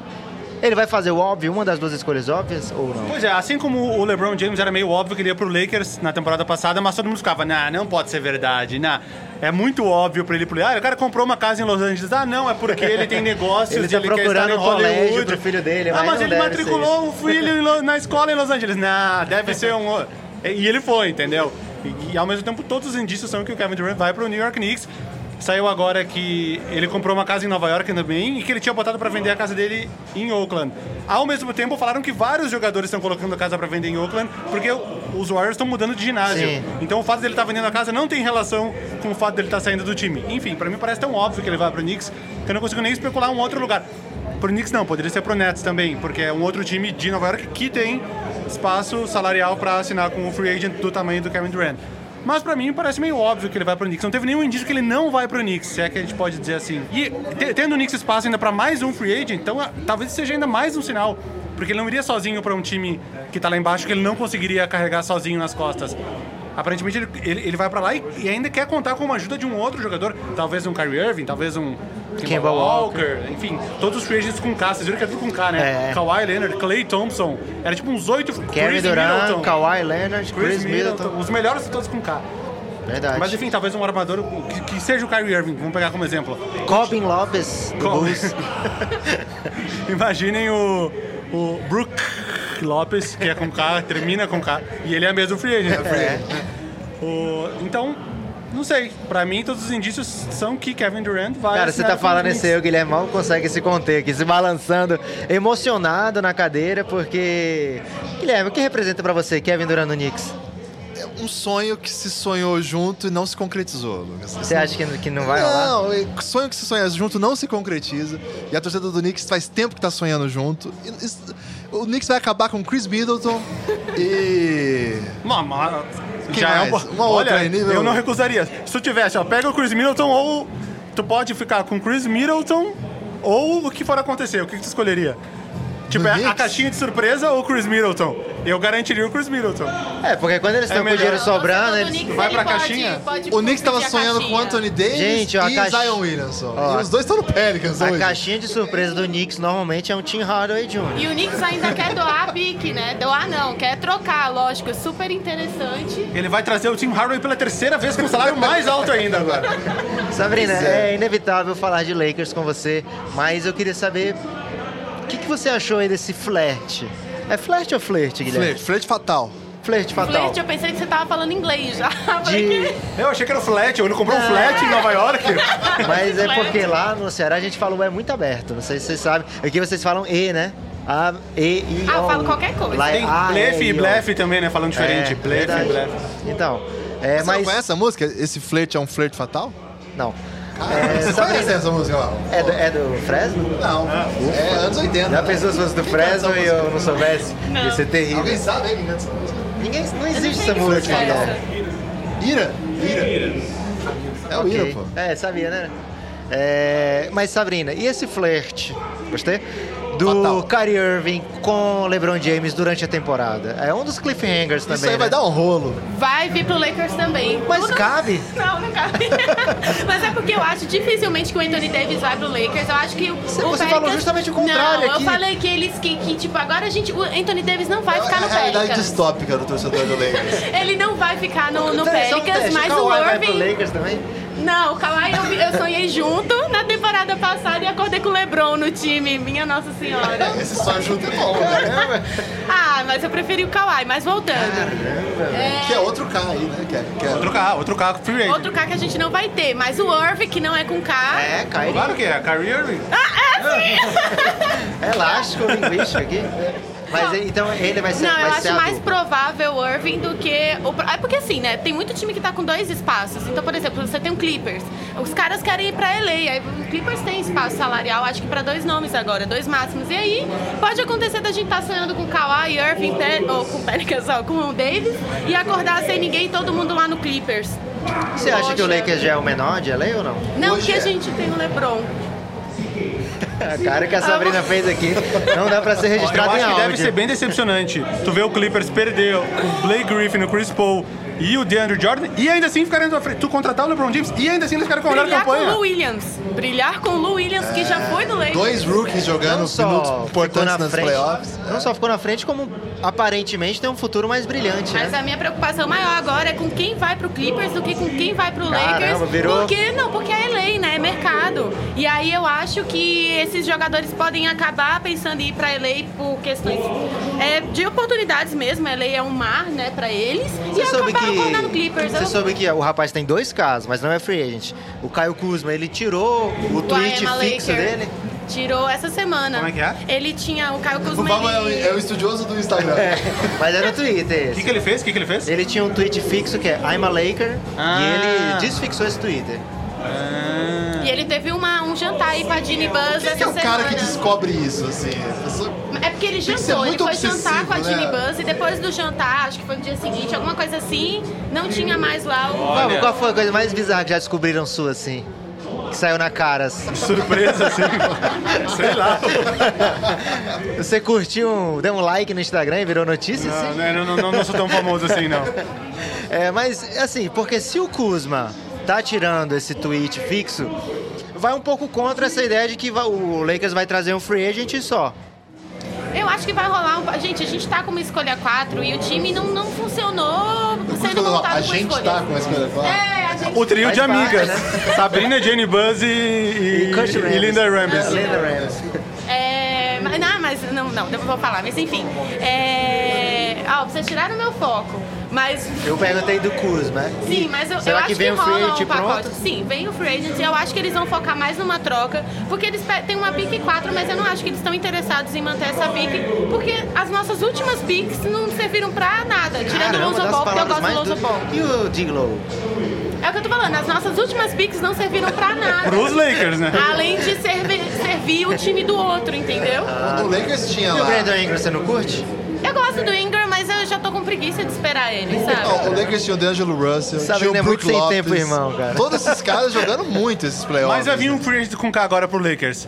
[SPEAKER 3] Ele vai fazer o óbvio, uma das duas escolhas óbvias ou não?
[SPEAKER 4] Pois é, assim como o LeBron James era meio óbvio que ele ia pro Lakers na temporada passada, mas todo mundo ficava, nah, não pode ser verdade, nah. É muito óbvio pra ele ir pro Ah, o cara comprou uma casa em Los Angeles. Ah, não, é porque ele tem negócios
[SPEAKER 3] Ele
[SPEAKER 4] e
[SPEAKER 3] tá
[SPEAKER 4] ele quer estar
[SPEAKER 3] procurando
[SPEAKER 4] em
[SPEAKER 3] um colégio
[SPEAKER 4] Hollywood.
[SPEAKER 3] pro filho dele,
[SPEAKER 4] ah,
[SPEAKER 3] mas
[SPEAKER 4] mas
[SPEAKER 3] não
[SPEAKER 4] ele
[SPEAKER 3] deve ser
[SPEAKER 4] matriculou o filho em Lo- na escola em Los Angeles. Nah, deve ser um... o- E ele foi, entendeu? E, e ao mesmo tempo, todos os indícios são que o Kevin Durant vai pro New York Knicks. Saiu agora que ele comprou uma casa em Nova York também e que ele tinha botado pra vender a casa dele em Oakland. Ao mesmo tempo, falaram que vários jogadores estão colocando a casa pra vender em Oakland porque o- os Warriors estão mudando de ginásio.
[SPEAKER 3] Sim.
[SPEAKER 4] Então o fato dele estar vendendo a casa não tem relação com o fato dele estar saindo do time. Enfim, pra mim parece tão óbvio que ele vai pro Knicks que eu não consigo nem especular um outro lugar. Pro Knicks não, poderia ser pro Nets também, porque é um outro time de Nova York que tem espaço salarial pra assinar com o free agent do tamanho do Kevin Durant. Mas pra mim parece meio óbvio que ele vai pro Knicks. Não teve nenhum indício que ele não vai pro Knicks, se é que a gente pode dizer assim. E te- tendo o Knicks espaço ainda pra mais um free agent, então ah, talvez seja ainda mais um sinal porque ele não iria sozinho pra um time que tá lá embaixo que ele não conseguiria carregar sozinho nas costas. Aparentemente ele, ele, ele vai pra lá e, e ainda quer contar com a ajuda de um outro jogador, talvez um Kyrie Irving, talvez um
[SPEAKER 3] Kemba
[SPEAKER 4] Kemba Walker, enfim, todos os free agents com K, vocês viram que é tudo com K, né?
[SPEAKER 3] É.
[SPEAKER 4] Kawhi Leonard, Clay Thompson, era tipo uns oito
[SPEAKER 3] Kevin
[SPEAKER 4] Chris
[SPEAKER 3] Durant,
[SPEAKER 4] Middleton,
[SPEAKER 3] Kawhi Leonard,
[SPEAKER 4] Chris,
[SPEAKER 3] Chris
[SPEAKER 4] Middleton,
[SPEAKER 3] Middleton.
[SPEAKER 4] os melhores de todos com K.
[SPEAKER 3] Verdade.
[SPEAKER 4] Mas enfim, talvez um armador que, que seja o Kyrie Irving, vamos pegar como exemplo.
[SPEAKER 3] Cobin Lopes, do
[SPEAKER 4] Co-
[SPEAKER 3] Bulls.
[SPEAKER 4] Imaginem o, o Brook Lopes, que é com K, termina com K, e ele é mesmo free agent. né? Free agent. O- então, não sei. Pra mim, todos os indícios são que Kevin Durant vai.
[SPEAKER 3] Cara, você
[SPEAKER 4] assinar
[SPEAKER 3] tá
[SPEAKER 4] com os
[SPEAKER 3] falando
[SPEAKER 4] Knicks.
[SPEAKER 3] isso aí, o Guilherme mal consegue se conter aqui, se balançando, emocionado na cadeira, porque... Guilherme, o que representa pra você Kevin Durant no Knicks?
[SPEAKER 2] é um sonho que se sonhou junto e não se concretizou, Lucas.
[SPEAKER 3] Você acha que, que não vai rolar?
[SPEAKER 2] Não, e sonho que se sonha junto não se concretiza. E a torcida do Knicks faz tempo que tá sonhando junto. E isso- o Knicks vai acabar com Chris Middleton e.
[SPEAKER 4] Uma, uma,
[SPEAKER 2] Quem
[SPEAKER 4] já é
[SPEAKER 2] mais?
[SPEAKER 4] um-
[SPEAKER 2] Uma
[SPEAKER 4] Olha,
[SPEAKER 2] outra aí, nível-
[SPEAKER 4] eu não recusaria. Se tu tivesse, ó, pega o Chris Middleton ou. Tu pode ficar com o Chris Middleton ou o que for acontecer. O que, que tu escolheria? Tipo,
[SPEAKER 2] No
[SPEAKER 4] é a
[SPEAKER 2] Knicks?
[SPEAKER 4] caixinha de surpresa ou o Chris Middleton? Eu garantiria o Chris Middleton.
[SPEAKER 3] É, porque quando eles
[SPEAKER 4] É
[SPEAKER 3] estão com
[SPEAKER 4] melhor.
[SPEAKER 3] o dinheiro
[SPEAKER 5] Então,
[SPEAKER 3] sobrando,
[SPEAKER 5] torcedor do
[SPEAKER 3] eles...
[SPEAKER 5] Knicks,
[SPEAKER 4] vai
[SPEAKER 5] ele
[SPEAKER 4] pra
[SPEAKER 5] pode-
[SPEAKER 4] caixinha?
[SPEAKER 5] pode
[SPEAKER 2] O Knicks tava
[SPEAKER 5] pedir a
[SPEAKER 2] sonhando com
[SPEAKER 5] caixinha.
[SPEAKER 2] o Anthony Davis
[SPEAKER 3] Gente, ó, a
[SPEAKER 2] e
[SPEAKER 3] caixa-
[SPEAKER 2] Zion Williamson.
[SPEAKER 3] Ó,
[SPEAKER 2] e os dois estão no Pelicans
[SPEAKER 3] a
[SPEAKER 2] hoje.
[SPEAKER 3] caixinha de surpresa do Knicks normalmente é um Tim Hardaway Jr.
[SPEAKER 5] E o Knicks ainda quer doar a pique, né? Doar não, quer trocar, lógico, super interessante.
[SPEAKER 4] Ele vai trazer o Tim Hardaway pela terceira vez com um salário mais alto ainda agora.
[SPEAKER 3] Sabrina, é. inevitável falar de Lakers com você, mas eu queria saber o que, que você achou aí desse flerte. É flerte ou flerte, Guilherme?
[SPEAKER 2] Flerte, flerte fatal.
[SPEAKER 3] Flerte fatal.
[SPEAKER 5] Flerte, eu pensei que você tava falando inglês já.
[SPEAKER 3] Tá, De-
[SPEAKER 4] Eu achei que era o flat, ele comprou um flat em Nova York.
[SPEAKER 3] Mas é
[SPEAKER 5] Flerte.
[SPEAKER 3] porque lá no Ceará a gente fala o é muito aberto. Não sei se vocês sabem. Aqui vocês falam E, né? A, E, I,
[SPEAKER 5] Ah,
[SPEAKER 3] O.
[SPEAKER 5] eu falo qualquer coisa.
[SPEAKER 3] Lá é
[SPEAKER 4] Tem
[SPEAKER 3] A,
[SPEAKER 4] blefe
[SPEAKER 3] E,
[SPEAKER 4] e
[SPEAKER 3] I, O.
[SPEAKER 4] blefe também, né? Falando diferente.
[SPEAKER 3] É,
[SPEAKER 4] blefe
[SPEAKER 3] verdade.
[SPEAKER 4] e blefe.
[SPEAKER 3] Então, é,
[SPEAKER 2] Você não
[SPEAKER 3] mas...
[SPEAKER 2] conhece essa música? Esse flerte é um flerte fatal?
[SPEAKER 3] Não.
[SPEAKER 2] Ah,
[SPEAKER 3] É,
[SPEAKER 2] você
[SPEAKER 3] Sabrina,
[SPEAKER 2] conhece essa música lá?
[SPEAKER 3] é do, é do Fresno?
[SPEAKER 2] Não, é anos 80.
[SPEAKER 3] Já pensou se fosse do Fresno e eu não soubesse?
[SPEAKER 5] Não.
[SPEAKER 3] Ia ser terrível.
[SPEAKER 2] Alguém sabe aí quem canta essa música?
[SPEAKER 3] Ninguém, não
[SPEAKER 5] Eu não
[SPEAKER 3] existe
[SPEAKER 5] sei
[SPEAKER 3] essa
[SPEAKER 5] que
[SPEAKER 3] música. né?
[SPEAKER 5] música é
[SPEAKER 3] não.
[SPEAKER 5] essa.
[SPEAKER 2] Ira? Ira. É o
[SPEAKER 3] Ok.
[SPEAKER 2] Ira, pô.
[SPEAKER 3] É, sabia, né? É, mas Sabrina, e esse flerte? Gostei? Do
[SPEAKER 2] Fatal.
[SPEAKER 3] Kyrie Irving com LeBron James durante a temporada. É um dos cliffhangers também.
[SPEAKER 2] Isso aí
[SPEAKER 3] né?
[SPEAKER 2] vai dar um rolo.
[SPEAKER 5] Vai vir pro Lakers também.
[SPEAKER 3] Mas
[SPEAKER 5] Tudo-
[SPEAKER 3] cabe.
[SPEAKER 5] Não, não cabe. Mas é porque eu acho dificilmente que o Anthony Davis vai pro Lakers. Eu acho que o
[SPEAKER 3] Você-
[SPEAKER 5] o
[SPEAKER 3] você
[SPEAKER 5] Pelicans-
[SPEAKER 3] falou justamente o contrário
[SPEAKER 5] Não,
[SPEAKER 3] aqui. Ah,
[SPEAKER 5] eu falei que eles que, que, tipo, agora a gente o Anthony Davis não vai ficar
[SPEAKER 2] é
[SPEAKER 5] no né?
[SPEAKER 2] a realidade
[SPEAKER 5] Pelicans.
[SPEAKER 2] distópica do torcedor do Lakers.
[SPEAKER 5] Ele não vai ficar no, no
[SPEAKER 3] Peraí, é, só um
[SPEAKER 5] Pelicans,
[SPEAKER 3] teste.
[SPEAKER 5] mas
[SPEAKER 3] Kawhi
[SPEAKER 5] o
[SPEAKER 3] vai pro
[SPEAKER 5] Irving.
[SPEAKER 3] Lakers também?
[SPEAKER 5] Não, o Kawhi eu, vi- eu sonhei junto na temporada passada e acordei com o LeBron no time. Minha Nossa Senhora.
[SPEAKER 2] Esse sonho junto é bom, né?
[SPEAKER 5] Ah, mas eu preferi o Kawhi, mas voltando.
[SPEAKER 2] Que é outro K aí, né? Que é, que é-
[SPEAKER 4] Outro carro, outro carro, free
[SPEAKER 3] Ah,
[SPEAKER 4] agent.
[SPEAKER 5] Outro K que a gente não vai ter, mas o Irving, que não é com K. assim,
[SPEAKER 3] É, Kyrie.
[SPEAKER 4] Claro que é, Kyrie Irving.
[SPEAKER 3] É elástico, linguístico aqui. Mas então ele vai ser,
[SPEAKER 5] Não,
[SPEAKER 3] vai
[SPEAKER 5] eu
[SPEAKER 3] ser
[SPEAKER 5] acho
[SPEAKER 3] a
[SPEAKER 5] mais
[SPEAKER 3] dupla.
[SPEAKER 5] provável o Irving do que o. pro- É porque assim, né? Tem muito time que tá com dois espaços. Então, por exemplo, você tem o Clippers. Os caras querem ir pra LA. Aí o Clippers tem espaço salarial, acho que pra dois nomes agora, dois máximos. E aí pode acontecer da gente tá sonhando com Kawhi, Irving, Pe- ou com Pelicans, ó, com o Davis, e acordar sem ninguém todo mundo lá no Clippers.
[SPEAKER 3] Você acha que o
[SPEAKER 5] Poxa.
[SPEAKER 3] Lakers já é o menor de LA ou não?
[SPEAKER 5] Não
[SPEAKER 2] Hoje
[SPEAKER 5] que a
[SPEAKER 2] é.
[SPEAKER 5] gente tem o LeBron.
[SPEAKER 3] A cara que a Sabrina fez aqui não dá pra ser
[SPEAKER 4] Eu
[SPEAKER 3] registrada em
[SPEAKER 4] acho que
[SPEAKER 3] áudio.
[SPEAKER 4] deve ser bem decepcionante. Tu vê o Clippers perder o Blake Griffin, o Chris Paul e o DeAndre Jordan e ainda assim ficarem na tua frente. Tu contratar o LeBron James e ainda assim eles ficaram com a melhor
[SPEAKER 5] Brilhar com o
[SPEAKER 4] campanha.
[SPEAKER 5] Lou Williams. Brilhar com o Lou Williams, que já foi no Lakers.
[SPEAKER 2] Dois rookies jogando
[SPEAKER 3] não
[SPEAKER 2] os
[SPEAKER 3] só
[SPEAKER 2] minutos
[SPEAKER 3] ficou
[SPEAKER 2] importantes
[SPEAKER 3] na
[SPEAKER 2] nas
[SPEAKER 3] frente,
[SPEAKER 2] playoffs.
[SPEAKER 3] não só ficou na frente, como aparentemente tem um futuro mais brilhante.
[SPEAKER 5] Mas é,
[SPEAKER 3] né?
[SPEAKER 5] a minha preocupação maior agora é com quem vai pro Clippers do que com quem vai pro
[SPEAKER 3] Caramba,
[SPEAKER 5] Lakers.
[SPEAKER 3] virou.
[SPEAKER 5] Porque não, porque é LA, né? É mercado. E aí eu acho que esses jogadores podem acabar pensando em ir pra LA por questões é, de oportunidades mesmo. LA é um mar, né, pra eles. e acabaram acordando Clippers.
[SPEAKER 3] você
[SPEAKER 5] Eu-
[SPEAKER 3] soube que o rapaz tem dois casos, mas não é free agent. O Caio Kuzma, ele tirou o,
[SPEAKER 5] o
[SPEAKER 3] tweet
[SPEAKER 5] I am a
[SPEAKER 3] fixo
[SPEAKER 5] Laker
[SPEAKER 3] dele.
[SPEAKER 5] Tirou essa semana.
[SPEAKER 4] Como é que é?
[SPEAKER 5] Ele tinha o Caio
[SPEAKER 2] O
[SPEAKER 5] Kuzma.
[SPEAKER 2] Bama é o,
[SPEAKER 5] ele-
[SPEAKER 2] é o estudioso do Instagram.
[SPEAKER 3] É. Mas era no Twitter
[SPEAKER 4] O que,
[SPEAKER 3] esse.
[SPEAKER 4] que ele fez? O que, que ele fez?
[SPEAKER 3] Ele tinha um tweet fixo que é I'm a Laker
[SPEAKER 4] Ah.
[SPEAKER 3] e ele desfixou esse Twitter.
[SPEAKER 5] E ele teve uma, um jantar aí com a Dini Buzz
[SPEAKER 2] Quem
[SPEAKER 5] essa
[SPEAKER 2] que é o cara
[SPEAKER 5] semana.
[SPEAKER 2] que descobre isso, assim? A pessoa-
[SPEAKER 5] É porque
[SPEAKER 2] Tem que
[SPEAKER 5] ele jantou,
[SPEAKER 2] ser
[SPEAKER 5] ele
[SPEAKER 2] muito
[SPEAKER 5] foi jantar
[SPEAKER 2] obsessivo,
[SPEAKER 5] com a Jimmy
[SPEAKER 2] né?
[SPEAKER 5] Buzz e depois do jantar, acho que foi no dia seguinte, alguma coisa assim, não tinha mais lá o.
[SPEAKER 4] Olha.
[SPEAKER 3] Qual, qual foi a coisa mais bizarra que já descobriram sua, assim? Que saiu na cara. assim?
[SPEAKER 4] Surpresa, assim. Sei lá.
[SPEAKER 3] Você curtiu, deu um like no Instagram e virou notícia, assim?
[SPEAKER 4] Não, né, não, não, não, não sou tão famoso assim, não.
[SPEAKER 3] É, mas assim, porque se o Kuzma tá tirando esse tweet fixo, vai um pouco contra essa ideia de que va- o Lakers vai trazer um free agent só.
[SPEAKER 5] Eu acho que vai rolar um. Gente, a gente tá com uma escolha 4 e o time não, não funcionou sendo
[SPEAKER 2] Quando
[SPEAKER 5] montado
[SPEAKER 2] a
[SPEAKER 5] com
[SPEAKER 2] gente
[SPEAKER 5] escolha.
[SPEAKER 2] tá com essa coisa.
[SPEAKER 5] É, a gente.
[SPEAKER 4] O trio
[SPEAKER 3] Faz
[SPEAKER 4] de amigas.
[SPEAKER 3] parte,
[SPEAKER 4] Sabrina, Jenny Buzz e, e,
[SPEAKER 3] né? E Kurt
[SPEAKER 4] e Linda Rambis.
[SPEAKER 3] Linda Rams.
[SPEAKER 5] É, mas, não, mas não, não, eu vou falar, mas enfim. É, ah, vocês tiraram meu foco. Mas
[SPEAKER 3] Eu perguntei do Kuzma.
[SPEAKER 5] Sim, mas eu,
[SPEAKER 3] Será
[SPEAKER 5] eu
[SPEAKER 3] que
[SPEAKER 5] acho
[SPEAKER 3] vem
[SPEAKER 5] que
[SPEAKER 3] o free
[SPEAKER 5] rola
[SPEAKER 3] agent
[SPEAKER 5] um pacote.
[SPEAKER 3] pronto?
[SPEAKER 5] Sim, vem o free agent e eu acho que eles vão focar mais numa troca, porque eles pe- têm uma pique 4, mas eu não acho que eles estão interessados em manter essa pique, porque as nossas últimas piques não serviram pra nada, tirando o
[SPEAKER 3] Caramba,
[SPEAKER 5] Lonzo
[SPEAKER 3] das
[SPEAKER 5] Ball, porque eu
[SPEAKER 3] palavras
[SPEAKER 5] gosto do
[SPEAKER 3] mais
[SPEAKER 5] Lonzo
[SPEAKER 3] du-
[SPEAKER 5] Ball.
[SPEAKER 3] E o Diglow?
[SPEAKER 5] É o que eu tô falando, as nossas últimas piques não serviram pra nada.
[SPEAKER 4] Pros Lakers, né?
[SPEAKER 5] Além de serve- servir o time do outro, entendeu?
[SPEAKER 2] Quando Ah, o Lakers tinha
[SPEAKER 3] E o
[SPEAKER 2] lá.
[SPEAKER 3] Brandon Ingram, você não curte?
[SPEAKER 5] Eu gosto do Ingram, mas eu já tô com preguiça de esperar ele, sabe?
[SPEAKER 2] Ó, o Lakers tinha o D'Angelo Russell,
[SPEAKER 3] Sabe,
[SPEAKER 2] tinha
[SPEAKER 3] ele é
[SPEAKER 2] o Brook
[SPEAKER 3] muito sem
[SPEAKER 2] Lopes.
[SPEAKER 3] tempo, irmão, cara.
[SPEAKER 2] Todos esses caras jogando muito esses playoffs. né?
[SPEAKER 3] Ah,
[SPEAKER 4] Mas vai vir um free agent com K agora pro Lakers.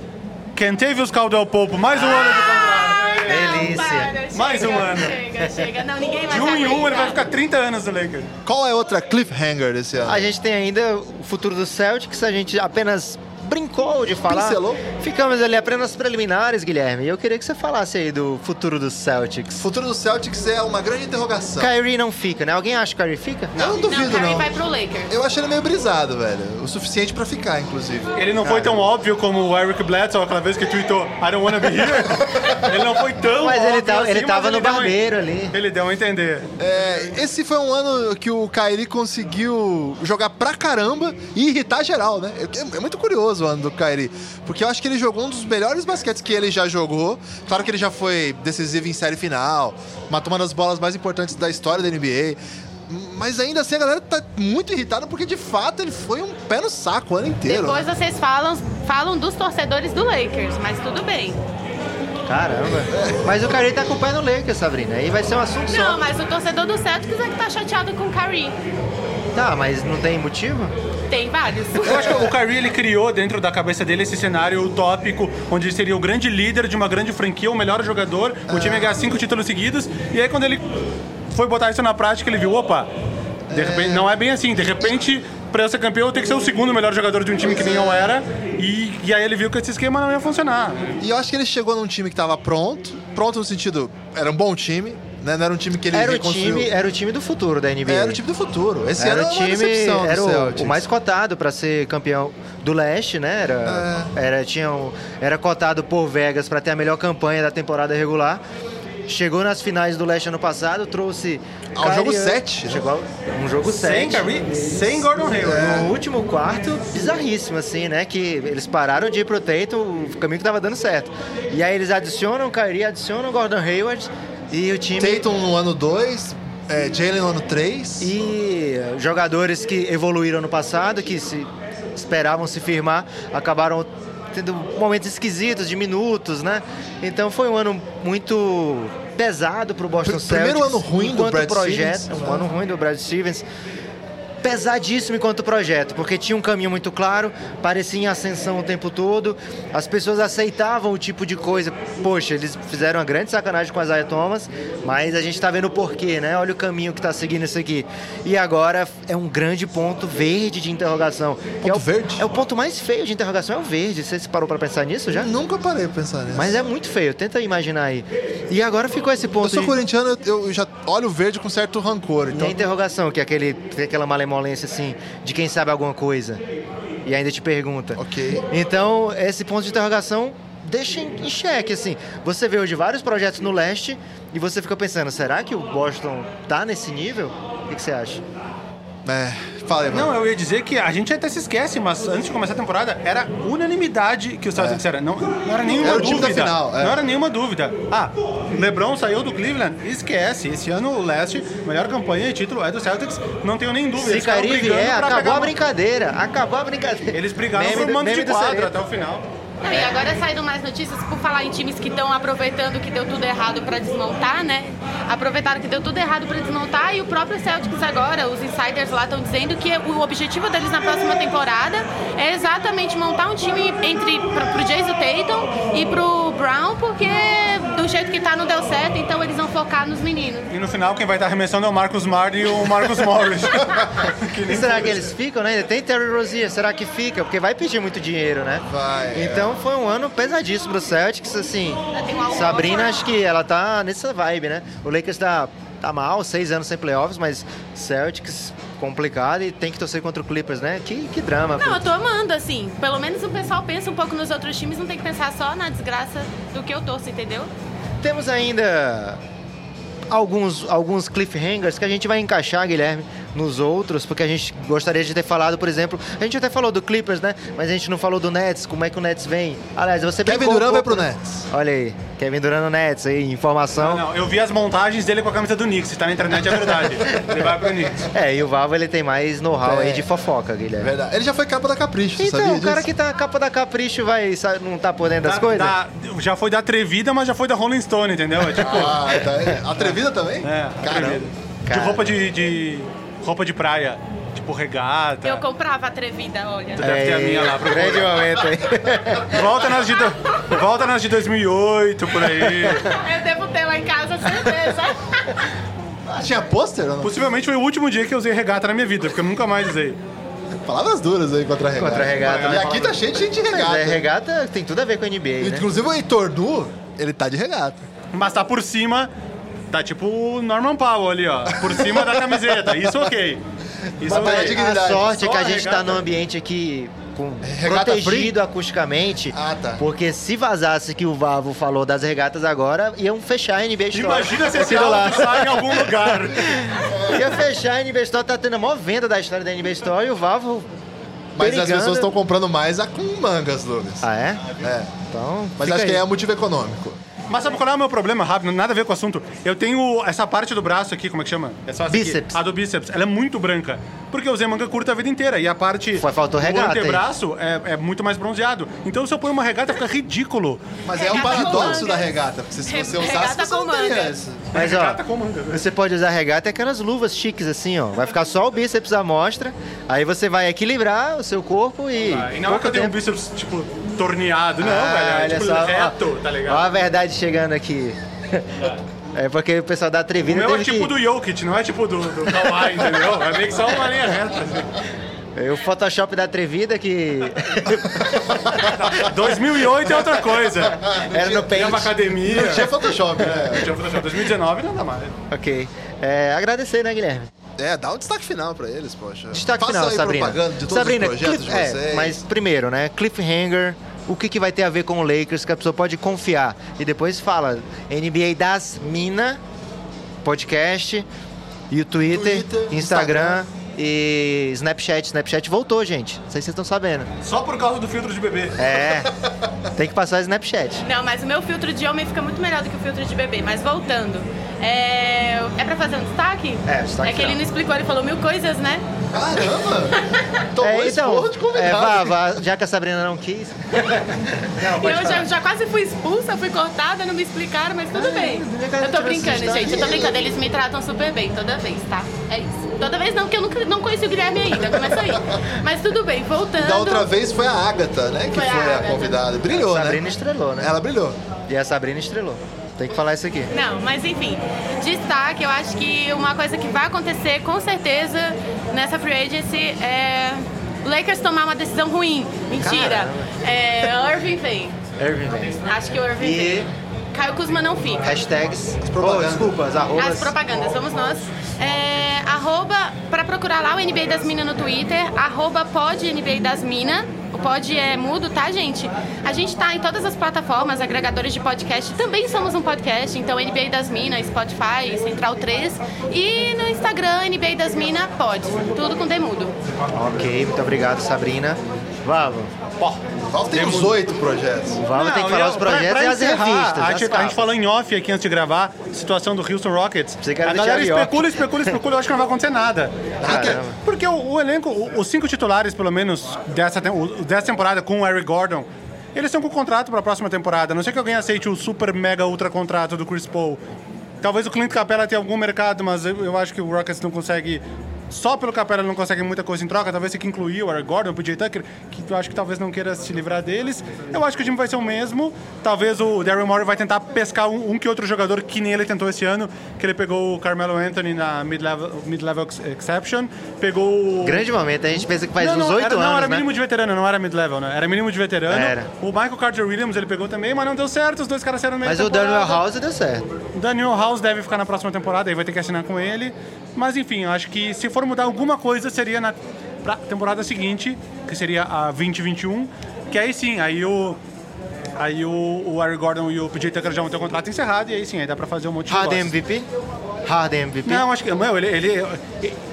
[SPEAKER 4] Kentavious Caldwell Pope, mais um ano de contrato.
[SPEAKER 5] Não,
[SPEAKER 3] Delícia.
[SPEAKER 5] para, chega,
[SPEAKER 4] Mais um ano.
[SPEAKER 5] Chega, chega. Não, ninguém vai
[SPEAKER 4] De um em um, ele
[SPEAKER 5] aguentar.
[SPEAKER 4] vai ficar 30 anos no Lakers.
[SPEAKER 2] Qual é outra cliffhanger desse ano?
[SPEAKER 3] um- A gente tem ainda o futuro do Celtics, a gente apenas brincou de falar.
[SPEAKER 2] Pincelou.
[SPEAKER 3] Ficamos ali apenas preliminares, Guilherme. E eu queria que você falasse aí do futuro do
[SPEAKER 2] O
[SPEAKER 3] Celtics.
[SPEAKER 2] futuro do Celtics é uma grande interrogação.
[SPEAKER 3] Kyrie não fica, né? Alguém acha que Kyrie fica?
[SPEAKER 2] Eu não duvido,
[SPEAKER 5] Não, Kyrie
[SPEAKER 2] não.
[SPEAKER 5] vai pro Lakers.
[SPEAKER 2] Eu achei ele meio brisado, velho. O suficiente pra ficar, inclusive.
[SPEAKER 4] Ele não foi tão óbvio como o Eric Bledsoe, aquela vez que tweetou I don't wanna be here. ele não foi tão
[SPEAKER 3] Mas ele
[SPEAKER 4] óbvio
[SPEAKER 3] tava-
[SPEAKER 4] assim,
[SPEAKER 3] ele
[SPEAKER 4] mas
[SPEAKER 3] tava no
[SPEAKER 4] deu a-
[SPEAKER 3] barbeiro ali.
[SPEAKER 4] Ele deu a entender.
[SPEAKER 2] É, esse foi um ano que o Kyrie conseguiu jogar pra caramba e irritar geral, né? É, é muito curioso o ano do Kyrie, porque eu acho que ele jogou um dos melhores basquetes que ele já jogou. Claro que ele já foi decisivo em série final, matou uma das bolas mais importantes da história da NBA. Mas ainda assim a galera tá muito irritada porque de fato ele foi um pé no saco o ano inteiro. né?
[SPEAKER 5] Depois vocês falam, falam dos torcedores do Lakers, mas tudo bem.
[SPEAKER 3] Caramba. Mas o Kyrie tá com o pé no Lakers, Sabrina. Aí vai ser um assunto
[SPEAKER 5] Não,
[SPEAKER 3] só.
[SPEAKER 5] mas o torcedor do Celtics é que tá chateado com o Kyrie.
[SPEAKER 3] Tá, mas não tem motivo?
[SPEAKER 5] Tem vários.
[SPEAKER 4] Eu acho que o Kyrie ele criou dentro da cabeça dele esse cenário utópico onde ele seria o grande líder de uma grande franquia, o melhor jogador, o time ia ganhar cinco títulos seguidos. E aí quando ele foi botar isso na prática, ele viu, opa, de repente, não é bem assim. De repente, pra eu ser campeão, eu tenho que ser o segundo melhor jogador de um time que nem eu era. E, e aí ele viu que esse esquema não ia funcionar.
[SPEAKER 2] E eu acho que ele chegou num time que tava pronto, pronto no sentido, era um bom time, né? Não era um time que ele
[SPEAKER 3] Era o,
[SPEAKER 2] reconstruiu. É,
[SPEAKER 3] time, era o time do futuro da NBA.
[SPEAKER 2] Era o time do futuro. Esse
[SPEAKER 3] era
[SPEAKER 2] ano é
[SPEAKER 3] o
[SPEAKER 2] uma
[SPEAKER 3] time,
[SPEAKER 2] decepção do
[SPEAKER 3] era o-
[SPEAKER 2] Celtics.
[SPEAKER 3] o, mais cotado para ser campeão do leste, né? Era,
[SPEAKER 2] É.
[SPEAKER 3] era, tinha um- era cotado por Vegas para ter a melhor campanha da temporada regular. Chegou nas finais do leste ano passado, trouxe.
[SPEAKER 2] Ao jogo
[SPEAKER 3] Kyrie-
[SPEAKER 2] sete, né?
[SPEAKER 3] Chegou ao, um jogo 7.
[SPEAKER 4] Sem Kyrie, é. sem Gordon Hayward.
[SPEAKER 3] No último quarto, bizarríssimo, assim, né? Que eles pararam de ir pro Tatum, o caminho que tava dando certo. E aí eles adicionam o Kyrie, adicionam o Gordon Hayward e o time...
[SPEAKER 2] Tatum no ano 2, Jalen no ano 3.
[SPEAKER 3] E jogadores que evoluíram no passado, que se esperavam se firmar, acabaram tendo momentos esquisitos de minutos, né? Então foi um ano muito pesado para o Boston
[SPEAKER 2] Pr-
[SPEAKER 3] Celtics.
[SPEAKER 2] primeiro ano ruim do
[SPEAKER 3] enquanto
[SPEAKER 2] Brad
[SPEAKER 3] projeto,
[SPEAKER 2] Stevens,
[SPEAKER 3] Um
[SPEAKER 2] né?
[SPEAKER 3] ano ruim do Brad Stevens. Pesadíssimo enquanto projeto, porque tinha um caminho muito claro, parecia em ascensão o tempo todo, as pessoas aceitavam o tipo de coisa. Poxa, eles fizeram uma grande sacanagem com a Isaiah Thomas, mas a gente tá vendo o porquê, né? Olha o caminho que tá seguindo isso aqui. E agora é um grande ponto verde de interrogação. que é o,
[SPEAKER 2] verde?
[SPEAKER 3] É o ponto mais feio de interrogação, é o verde. Você se parou pra pensar nisso já?
[SPEAKER 2] Nunca parei pra pensar nisso.
[SPEAKER 3] Mas é muito feio, tenta imaginar aí. E agora ficou esse ponto.
[SPEAKER 2] eu sou
[SPEAKER 3] de-
[SPEAKER 2] corintiano, eu eu já olho o verde com certo rancor.
[SPEAKER 3] e a
[SPEAKER 2] Então,
[SPEAKER 3] interrogação, que é aquele, tem aquela malemolência assim, de quem sabe alguma coisa. E ainda te pergunta.
[SPEAKER 2] Ok.
[SPEAKER 3] Então, esse ponto de interrogação deixa em em xeque, assim. Você vê hoje vários projetos no leste e você fica pensando, será que o Boston tá nesse nível? O que, que você acha?
[SPEAKER 2] é, fala aí, mano.
[SPEAKER 4] Não, eu ia dizer que a gente até se esquece, mas antes de começar a temporada, era unanimidade que o
[SPEAKER 3] É.
[SPEAKER 4] Celtics era. Não, não era nenhuma
[SPEAKER 2] Era o time
[SPEAKER 4] dúvida.
[SPEAKER 2] da final, é.
[SPEAKER 4] Não era nenhuma dúvida. Ah, LeBron saiu do Cleveland? Esquece. Esse ano o Leste, melhor campanha e título é do Celtics, não tenho nem dúvida.
[SPEAKER 3] Se
[SPEAKER 4] Eles ficaram
[SPEAKER 3] Kyrie
[SPEAKER 4] brigando
[SPEAKER 3] vier,
[SPEAKER 4] pra
[SPEAKER 3] acabou
[SPEAKER 4] pegar
[SPEAKER 3] a
[SPEAKER 4] uma-
[SPEAKER 3] brincadeira. Acabou a brincadeira.
[SPEAKER 4] Eles brigaram
[SPEAKER 3] Meme
[SPEAKER 4] por um
[SPEAKER 3] do-
[SPEAKER 4] mando de
[SPEAKER 3] meme do
[SPEAKER 4] quadro
[SPEAKER 3] Sereta.
[SPEAKER 4] até o final.
[SPEAKER 5] Não, E agora saíram mais notícias por falar em times que estão aproveitando que deu tudo errado para desmontar, né? Aproveitaram que deu tudo errado para desmontar e o próprio Celtics agora, os insiders lá estão dizendo que o objetivo deles na próxima temporada é exatamente montar um time entre pro, pro Jason Tatum e pro Brown, porque do jeito que tá não deu certo, então eles vão focar nos meninos.
[SPEAKER 4] E no final, quem vai estar arremessando é o Marcos Smart e o Marcos Morris. Que nem
[SPEAKER 3] E será que eles ficam, né? Ainda tem Terry Rozier, será que fica? Porque vai pedir muito dinheiro, né?
[SPEAKER 2] Vai, é.
[SPEAKER 3] Então foi um ano pesadíssimo pro Celtics, assim.
[SPEAKER 5] tem uma-
[SPEAKER 3] Sabrina, acho que ela tá nessa vibe, né? O Lakers tá, tá mal, seis anos sem playoffs, mas Celtics complicado e tem que torcer contra o Clippers, né? Que, que drama.
[SPEAKER 5] Não,
[SPEAKER 3] pô.
[SPEAKER 5] eu tô amando, assim. Pelo menos o pessoal pensa um pouco nos outros times, não tem que pensar só na desgraça do que eu torço, entendeu?
[SPEAKER 3] Temos ainda alguns, alguns cliffhangers que a gente vai encaixar, Guilherme, nos outros, porque a gente gostaria de ter falado, por exemplo, a gente até falou do Clippers, né? Mas a gente não falou do Nets, como é que o Nets vem. Aliás, você
[SPEAKER 2] Kevin
[SPEAKER 3] brincou um
[SPEAKER 2] Durant vai pro
[SPEAKER 3] pouco, né?
[SPEAKER 2] Nets.
[SPEAKER 3] Olha aí, Kevin Durant no Nets, aí, informação.
[SPEAKER 4] Não, não, eu vi as montagens dele com a camisa do Knicks, se tá na internet é verdade. Ele vai pro Knicks.
[SPEAKER 3] É, e o Valvo ele tem mais know-how
[SPEAKER 2] É.
[SPEAKER 3] aí de fofoca, Guilherme.
[SPEAKER 2] Verdade. Ele já foi capa da Capricho, você
[SPEAKER 3] Então,
[SPEAKER 2] sabia
[SPEAKER 3] o cara
[SPEAKER 2] disso?
[SPEAKER 3] que tá na capa da Capricho vai, sabe, não tá por dentro das
[SPEAKER 4] Da-
[SPEAKER 3] coisas?
[SPEAKER 4] da- já foi da Atrevida, mas já foi da Rolling Stone, entendeu? É tipo.
[SPEAKER 2] Ah, tá. É, Atrevida também?
[SPEAKER 4] É,
[SPEAKER 2] Caramba.
[SPEAKER 4] atrevida. De
[SPEAKER 3] Cara.
[SPEAKER 4] roupa de, de- roupa de praia, tipo regata.
[SPEAKER 5] Eu comprava atrevida, olha.
[SPEAKER 3] É,
[SPEAKER 4] Deve ter a minha lá.
[SPEAKER 3] grande momento aí.
[SPEAKER 4] Volta nas dita- Volta nas de 2008, por aí.
[SPEAKER 5] Eu devo ter lá em casa certeza.
[SPEAKER 2] Ah, Tinha pôster ou não?
[SPEAKER 4] Possivelmente foi o último dia que eu usei regata na minha vida, porque eu nunca mais usei.
[SPEAKER 2] Palavras duras aí contra a regata.
[SPEAKER 3] Contra a regata,
[SPEAKER 2] E
[SPEAKER 3] né?
[SPEAKER 2] aqui tá cheio de gente de regata.
[SPEAKER 3] É, regata tem tudo a ver com a NBA, né?
[SPEAKER 2] Inclusive o Heitor Nu, ele tá de regata.
[SPEAKER 4] Mas tá por cima, tá tipo o Norman Powell ali, ó. Por cima da camiseta. Isso ok. Isso
[SPEAKER 2] Batalha
[SPEAKER 4] ok. Ah,
[SPEAKER 2] de
[SPEAKER 3] A
[SPEAKER 2] Verdade.
[SPEAKER 3] sorte é que
[SPEAKER 4] Só
[SPEAKER 3] a
[SPEAKER 4] a
[SPEAKER 3] gente
[SPEAKER 4] regata. É
[SPEAKER 3] tá num ambiente aqui com-
[SPEAKER 2] Regata
[SPEAKER 3] protegido acusticamente.
[SPEAKER 2] Ah, tá.
[SPEAKER 3] Porque se vazasse que o Vavo falou das regatas agora, iam fechar a NBA Store.
[SPEAKER 4] Imagina se esse lá sai em algum lugar.
[SPEAKER 3] Ia fechar a NBA Store, tá tendo a maior venda da história da NBA Store e o Vavo.
[SPEAKER 2] Mas as
[SPEAKER 3] perigando.
[SPEAKER 2] pessoas estão comprando mais a com mangas, Lucas.
[SPEAKER 3] Ah, é?
[SPEAKER 2] É.
[SPEAKER 3] Então.
[SPEAKER 2] Mas
[SPEAKER 3] fica
[SPEAKER 2] acho que
[SPEAKER 3] aí.
[SPEAKER 2] é motivo econômico.
[SPEAKER 4] Mas sabe qual é o meu problema? Rápido, nada a ver com o assunto. Eu tenho essa parte do braço aqui, como é que chama? É só essa aqui.
[SPEAKER 3] Bíceps.
[SPEAKER 4] A do bíceps. Ela é muito branca. Porque eu usei manga curta a vida inteira. E a parte.
[SPEAKER 3] Foi, faltou
[SPEAKER 4] o
[SPEAKER 3] regata aí.
[SPEAKER 4] antebraço é, é muito mais bronzeado. Então se eu pôr uma regata, fica ridículo.
[SPEAKER 2] Mas é um
[SPEAKER 5] Regata com
[SPEAKER 2] paradoxo
[SPEAKER 5] mangas.
[SPEAKER 2] da regata, porque se
[SPEAKER 5] Re-
[SPEAKER 2] você usasse,
[SPEAKER 5] regata
[SPEAKER 2] você não
[SPEAKER 5] com
[SPEAKER 2] teria
[SPEAKER 5] mangas.
[SPEAKER 2] isso.
[SPEAKER 3] Mas ó,
[SPEAKER 4] Regata com manga.
[SPEAKER 3] você pode usar regata e aquelas luvas chiques assim, ó. Vai ficar só o bíceps à mostra. Aí você vai equilibrar o seu corpo e.
[SPEAKER 4] Ah, e não é que eu tenho um bíceps, tipo, torneado. Não,
[SPEAKER 3] Ah,
[SPEAKER 4] velho.
[SPEAKER 3] olha
[SPEAKER 4] É, tipo,
[SPEAKER 3] só, ó.
[SPEAKER 4] reto, tá
[SPEAKER 3] Ó
[SPEAKER 4] ligado?
[SPEAKER 3] a verdade chegando aqui. É porque o pessoal da
[SPEAKER 4] O
[SPEAKER 3] Trevina
[SPEAKER 4] meu é
[SPEAKER 3] teve
[SPEAKER 4] tipo
[SPEAKER 3] que...
[SPEAKER 4] do Jokic, não é tipo do, do Kawhi, entendeu? É meio que só uma linha reta. assim.
[SPEAKER 3] É O Photoshop da Atrevida que
[SPEAKER 4] 2008 é outra coisa.
[SPEAKER 3] era no
[SPEAKER 4] Tem uma
[SPEAKER 3] Paint.
[SPEAKER 4] academia.
[SPEAKER 2] Não tinha Photoshop, né?
[SPEAKER 4] Tinha um Photoshop. 2019 não dá mais.
[SPEAKER 3] Ok. É, agradecer, né, Guilherme?
[SPEAKER 2] É, dá um destaque final pra eles, poxa.
[SPEAKER 3] Destaque
[SPEAKER 2] Faça
[SPEAKER 3] final,
[SPEAKER 2] aí
[SPEAKER 3] Sabrina.
[SPEAKER 2] propaganda de todos
[SPEAKER 3] Sabrina,
[SPEAKER 2] os projetos
[SPEAKER 3] cliff-
[SPEAKER 2] de
[SPEAKER 3] é,
[SPEAKER 2] vocês.
[SPEAKER 3] mas primeiro, né? Cliffhanger, o que, que vai ter a ver com o Lakers que a pessoa pode confiar. E depois fala NBA das Mina, podcast, e o Twitter,
[SPEAKER 2] Twitter,
[SPEAKER 3] Instagram, e Snapchat. Snapchat voltou, gente. Não sei se vocês estão sabendo.
[SPEAKER 4] Só por causa do filtro de bebê.
[SPEAKER 3] É. tem que passar Snapchat.
[SPEAKER 5] Não, mas o meu filtro de homem fica muito melhor do que o filtro de bebê. Mas voltando, é, é pra fazer um destaque?
[SPEAKER 3] É, destaque
[SPEAKER 5] É que ele
[SPEAKER 3] não.
[SPEAKER 5] não explicou, ele falou mil coisas, né?
[SPEAKER 2] Caramba! Tomou
[SPEAKER 4] um
[SPEAKER 3] É, então,
[SPEAKER 2] esporro de convidado.
[SPEAKER 3] é, vá, vá, já que a Sabrina não quis. não,
[SPEAKER 5] E eu já, já quase fui expulsa, fui cortada, não me explicaram, mas tudo bem. Eu tô brincando, gente, eu tô brincando. Eles me tratam super bem toda vez, tá? É isso. Toda vez não, porque eu nunca, não conheci o Guilherme ainda, começa aí. Mas tudo bem, voltando.
[SPEAKER 2] Da outra vez foi a Agatha, né? Que
[SPEAKER 5] Foi
[SPEAKER 2] foi
[SPEAKER 5] a
[SPEAKER 2] a,
[SPEAKER 5] Agatha.
[SPEAKER 2] convidada. Brilhou,
[SPEAKER 3] Sabrina
[SPEAKER 2] né?
[SPEAKER 3] estrelou, né?
[SPEAKER 2] Ela brilhou.
[SPEAKER 3] E a Sabrina estrelou. Tem que falar isso aqui.
[SPEAKER 5] Não, mas enfim, destaque, eu acho que uma coisa que vai acontecer com certeza nessa free agency é o Lakers tomar uma decisão ruim. Mentira. É, Irving vem.
[SPEAKER 3] Irving Vane.
[SPEAKER 5] Acho que o Irving
[SPEAKER 3] E-
[SPEAKER 5] vem. Caio Kuzma não fica.
[SPEAKER 3] Hashtags.
[SPEAKER 2] propagandas.
[SPEAKER 3] Oh, desculpa, as arrobas.
[SPEAKER 5] As propagandas, vamos nós. É, arroba, pra procurar lá o NBA das Minas no Twitter, arroba pod NBA das Minas. O pod é mudo, tá, gente? A gente tá em todas as plataformas, agregadores de podcast. Também somos um podcast, então NBA das Minas, Spotify, Central 3. E no Instagram, NBA das Minas, pod. Tudo com demudo.
[SPEAKER 3] Ok, muito obrigado, Sabrina. Vavo.
[SPEAKER 2] Valve tem uns oito projetos.
[SPEAKER 3] Vavo tem que falar os projetos
[SPEAKER 4] é pra, pra
[SPEAKER 3] e as
[SPEAKER 4] encerrar,
[SPEAKER 3] revistas. as
[SPEAKER 4] A gente, a gente
[SPEAKER 3] capas.
[SPEAKER 4] falou em off aqui antes de gravar, situação do Houston Rockets.
[SPEAKER 3] Você quer
[SPEAKER 4] a
[SPEAKER 3] deixar
[SPEAKER 4] galera
[SPEAKER 3] em off.
[SPEAKER 4] especula, especula, especula, eu acho que não vai acontecer nada.
[SPEAKER 3] Caramba.
[SPEAKER 4] Porque o, o elenco, o- os cinco titulares, pelo menos, dessa, tem- o- dessa temporada com o Eric Gordon, eles estão com contrato para a próxima temporada. A não sei que alguém aceite o super, mega, ultra contrato do Chris Paul. Talvez o Clint Capella tenha algum mercado, mas eu, eu acho que o Rockets não consegue... Só pelo Capella não consegue muita coisa em troca. Talvez tenha que incluir o Eric Gordon, o PJ Tucker, que eu acho que talvez não queira se livrar deles. Eu acho que o time vai ser o mesmo. Talvez o Daryl Morey vai tentar pescar um, um que outro jogador que nem ele tentou esse ano, que ele pegou o Carmelo Anthony na mid-level mid-level ex- exception, pegou o
[SPEAKER 3] Grande momento, a gente pensa que faz uns
[SPEAKER 4] não,
[SPEAKER 3] oito
[SPEAKER 4] era,
[SPEAKER 3] anos,
[SPEAKER 4] Não, era
[SPEAKER 3] né?
[SPEAKER 4] mínimo de veterano, não era mid-level, né? Era mínimo de veterano.
[SPEAKER 3] Era.
[SPEAKER 4] O Michael Carter Williams ele pegou também, mas não deu certo, os dois caras saíram no meio
[SPEAKER 3] Mas
[SPEAKER 4] da
[SPEAKER 3] o é Daniel
[SPEAKER 4] temporada.
[SPEAKER 3] House deu certo.
[SPEAKER 4] Daniel House deve ficar na próxima temporada, aí vai ter que assinar com ele. Mas enfim, eu acho que se for mudar alguma coisa, seria na pra temporada seguinte, que seria a 2021, que aí sim, aí o. Aí o, o Harry Gordon e o PJ Tucker já vão ter o contrato encerrado, e aí sim, aí dá pra fazer um monte de
[SPEAKER 3] Harden
[SPEAKER 4] negócio.
[SPEAKER 3] MVP? Harden MVP?
[SPEAKER 4] Não, acho que. Meu, ele. ele-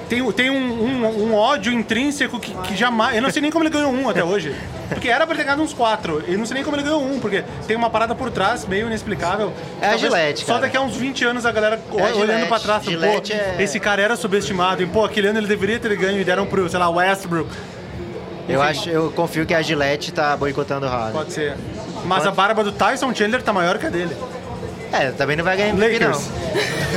[SPEAKER 4] tem tem um, um- um ódio intrínseco que, que jamais. Eu não sei nem como ele ganhou um até hoje. Porque era pra ter ganhado uns quatro. E não sei nem como ele ganhou um, porque tem uma parada por trás meio inexplicável.
[SPEAKER 3] É a Gillette,
[SPEAKER 4] Só
[SPEAKER 3] cara. É
[SPEAKER 4] daqui a uns 20 anos a galera
[SPEAKER 3] a
[SPEAKER 4] olhando
[SPEAKER 3] Gillette.
[SPEAKER 4] pra trás. Pô,
[SPEAKER 3] Gillette é-
[SPEAKER 4] esse cara era subestimado. E, pô, aquele ano ele deveria ter ganho e deram pro, sei lá, Westbrook.
[SPEAKER 3] Eu, acho, eu confio que a Gillette tá boicotando o Harden.
[SPEAKER 4] Pode ser. Mas a barba do Tyson Chandler tá maior que a dele.
[SPEAKER 3] É, também não vai ganhar MVP,
[SPEAKER 4] Lakers.
[SPEAKER 3] não.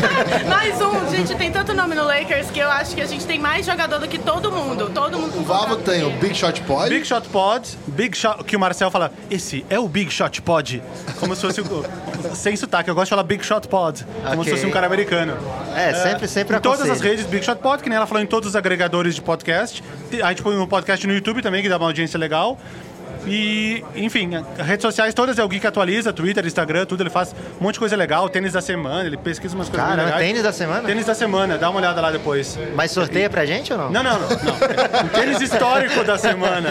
[SPEAKER 5] Mais um, gente, tem tanto nome no Lakers que eu acho que a gente tem mais jogador do que todo mundo. Todo mundo com
[SPEAKER 2] O Vavo
[SPEAKER 5] contrato
[SPEAKER 2] tem o
[SPEAKER 5] dele.
[SPEAKER 2] Big Shot Pod.
[SPEAKER 4] Big Shot Pod, Big Shot, que o Marcel fala, esse é o Big Shot Pod. Como se fosse o. sem sotaque, eu gosto de falar Big Shot Pod. Como
[SPEAKER 3] Ok.
[SPEAKER 4] se fosse um cara americano.
[SPEAKER 3] É, sempre, sempre
[SPEAKER 4] Em todas
[SPEAKER 3] aconselho.
[SPEAKER 4] as redes, Big Shot Pod, que nem ela falou em todos os agregadores de podcast. Te- A gente põe um podcast no YouTube também, que dá uma audiência legal. E, enfim, a- redes sociais todas é o Gui que atualiza, Twitter, Instagram, tudo, ele faz um monte de coisa legal, tênis da semana, ele pesquisa umas coisas bem
[SPEAKER 3] Caramba,
[SPEAKER 4] legais.
[SPEAKER 3] tênis da semana?
[SPEAKER 4] Tênis da semana, dá uma olhada lá depois.
[SPEAKER 3] Mas sorteia pra gente ou não?
[SPEAKER 4] Não, não, não. não. O tênis histórico da semana.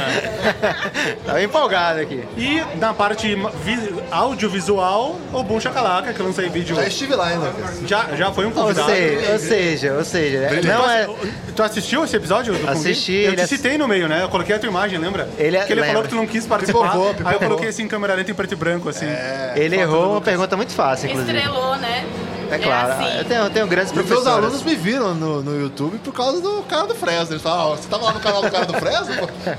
[SPEAKER 3] Tava empolgado aqui.
[SPEAKER 4] E na parte ma- vi- audiovisual, o Boom Chacalaca, que lança em vídeo.
[SPEAKER 2] Já estive lá, hein, Lucas?
[SPEAKER 4] Já, já foi um
[SPEAKER 3] Ou
[SPEAKER 4] convidado.
[SPEAKER 3] seja, ou seja, ou seja, é-
[SPEAKER 4] Tu
[SPEAKER 3] Então, não é...
[SPEAKER 4] assi- Tu assistiu esse episódio? Do
[SPEAKER 3] Assisti,
[SPEAKER 4] Convite? Eu
[SPEAKER 3] ele
[SPEAKER 4] te
[SPEAKER 3] ass-
[SPEAKER 4] citei no meio, né? Eu coloquei a tua imagem, lembra?
[SPEAKER 3] Ele é-
[SPEAKER 4] Porque ele
[SPEAKER 3] lembra.
[SPEAKER 4] falou que tu não quis participar.
[SPEAKER 2] Pipocou,
[SPEAKER 4] Aí
[SPEAKER 2] pipocou.
[SPEAKER 4] eu coloquei assim, em câmera lenta em preto e branco, assim.
[SPEAKER 3] Ele
[SPEAKER 4] Foto do
[SPEAKER 3] errou uma
[SPEAKER 4] Lucas.
[SPEAKER 3] pergunta muito fácil, inclusive.
[SPEAKER 5] Estrelou, né?
[SPEAKER 3] É claro,
[SPEAKER 5] assim.
[SPEAKER 3] eu, tenho, eu tenho grandes
[SPEAKER 2] E meus
[SPEAKER 3] professores.
[SPEAKER 2] alunos me viram no, no YouTube por causa do cara do Fresno. Eles falaram, "Ah, você tava lá no canal do cara do Fresno? Pô,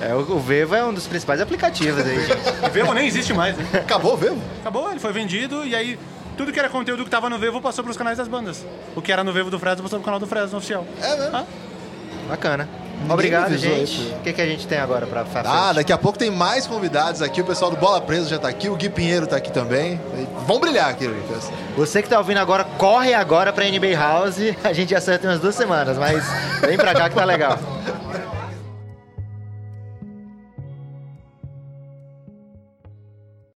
[SPEAKER 3] É, o o Vevo é um dos principais aplicativos aí, gente.
[SPEAKER 4] O Vevo nem existe mais, né?
[SPEAKER 2] Acabou mesmo?
[SPEAKER 4] Acabou, ele foi vendido e aí... Tudo que era conteúdo que tava no Vevo passou pros canais das bandas. O que era no Vevo do Fresno passou pro canal do Fresno oficial.
[SPEAKER 2] É mesmo?
[SPEAKER 4] Ah,
[SPEAKER 3] Bacana. Obrigado,
[SPEAKER 2] avisou
[SPEAKER 3] gente.
[SPEAKER 2] isso.
[SPEAKER 3] O que, que a gente tem agora pra fazer?
[SPEAKER 2] Ah, daqui a pouco tem mais convidados aqui. O pessoal do Bola Presa já tá aqui. O Gui Pinheiro tá aqui também. E Vão brilhar aqui, Lucas.
[SPEAKER 3] Você que tá ouvindo agora, corre agora pra NBA House. A gente acerta em umas duas semanas, mas vem pra cá que tá legal.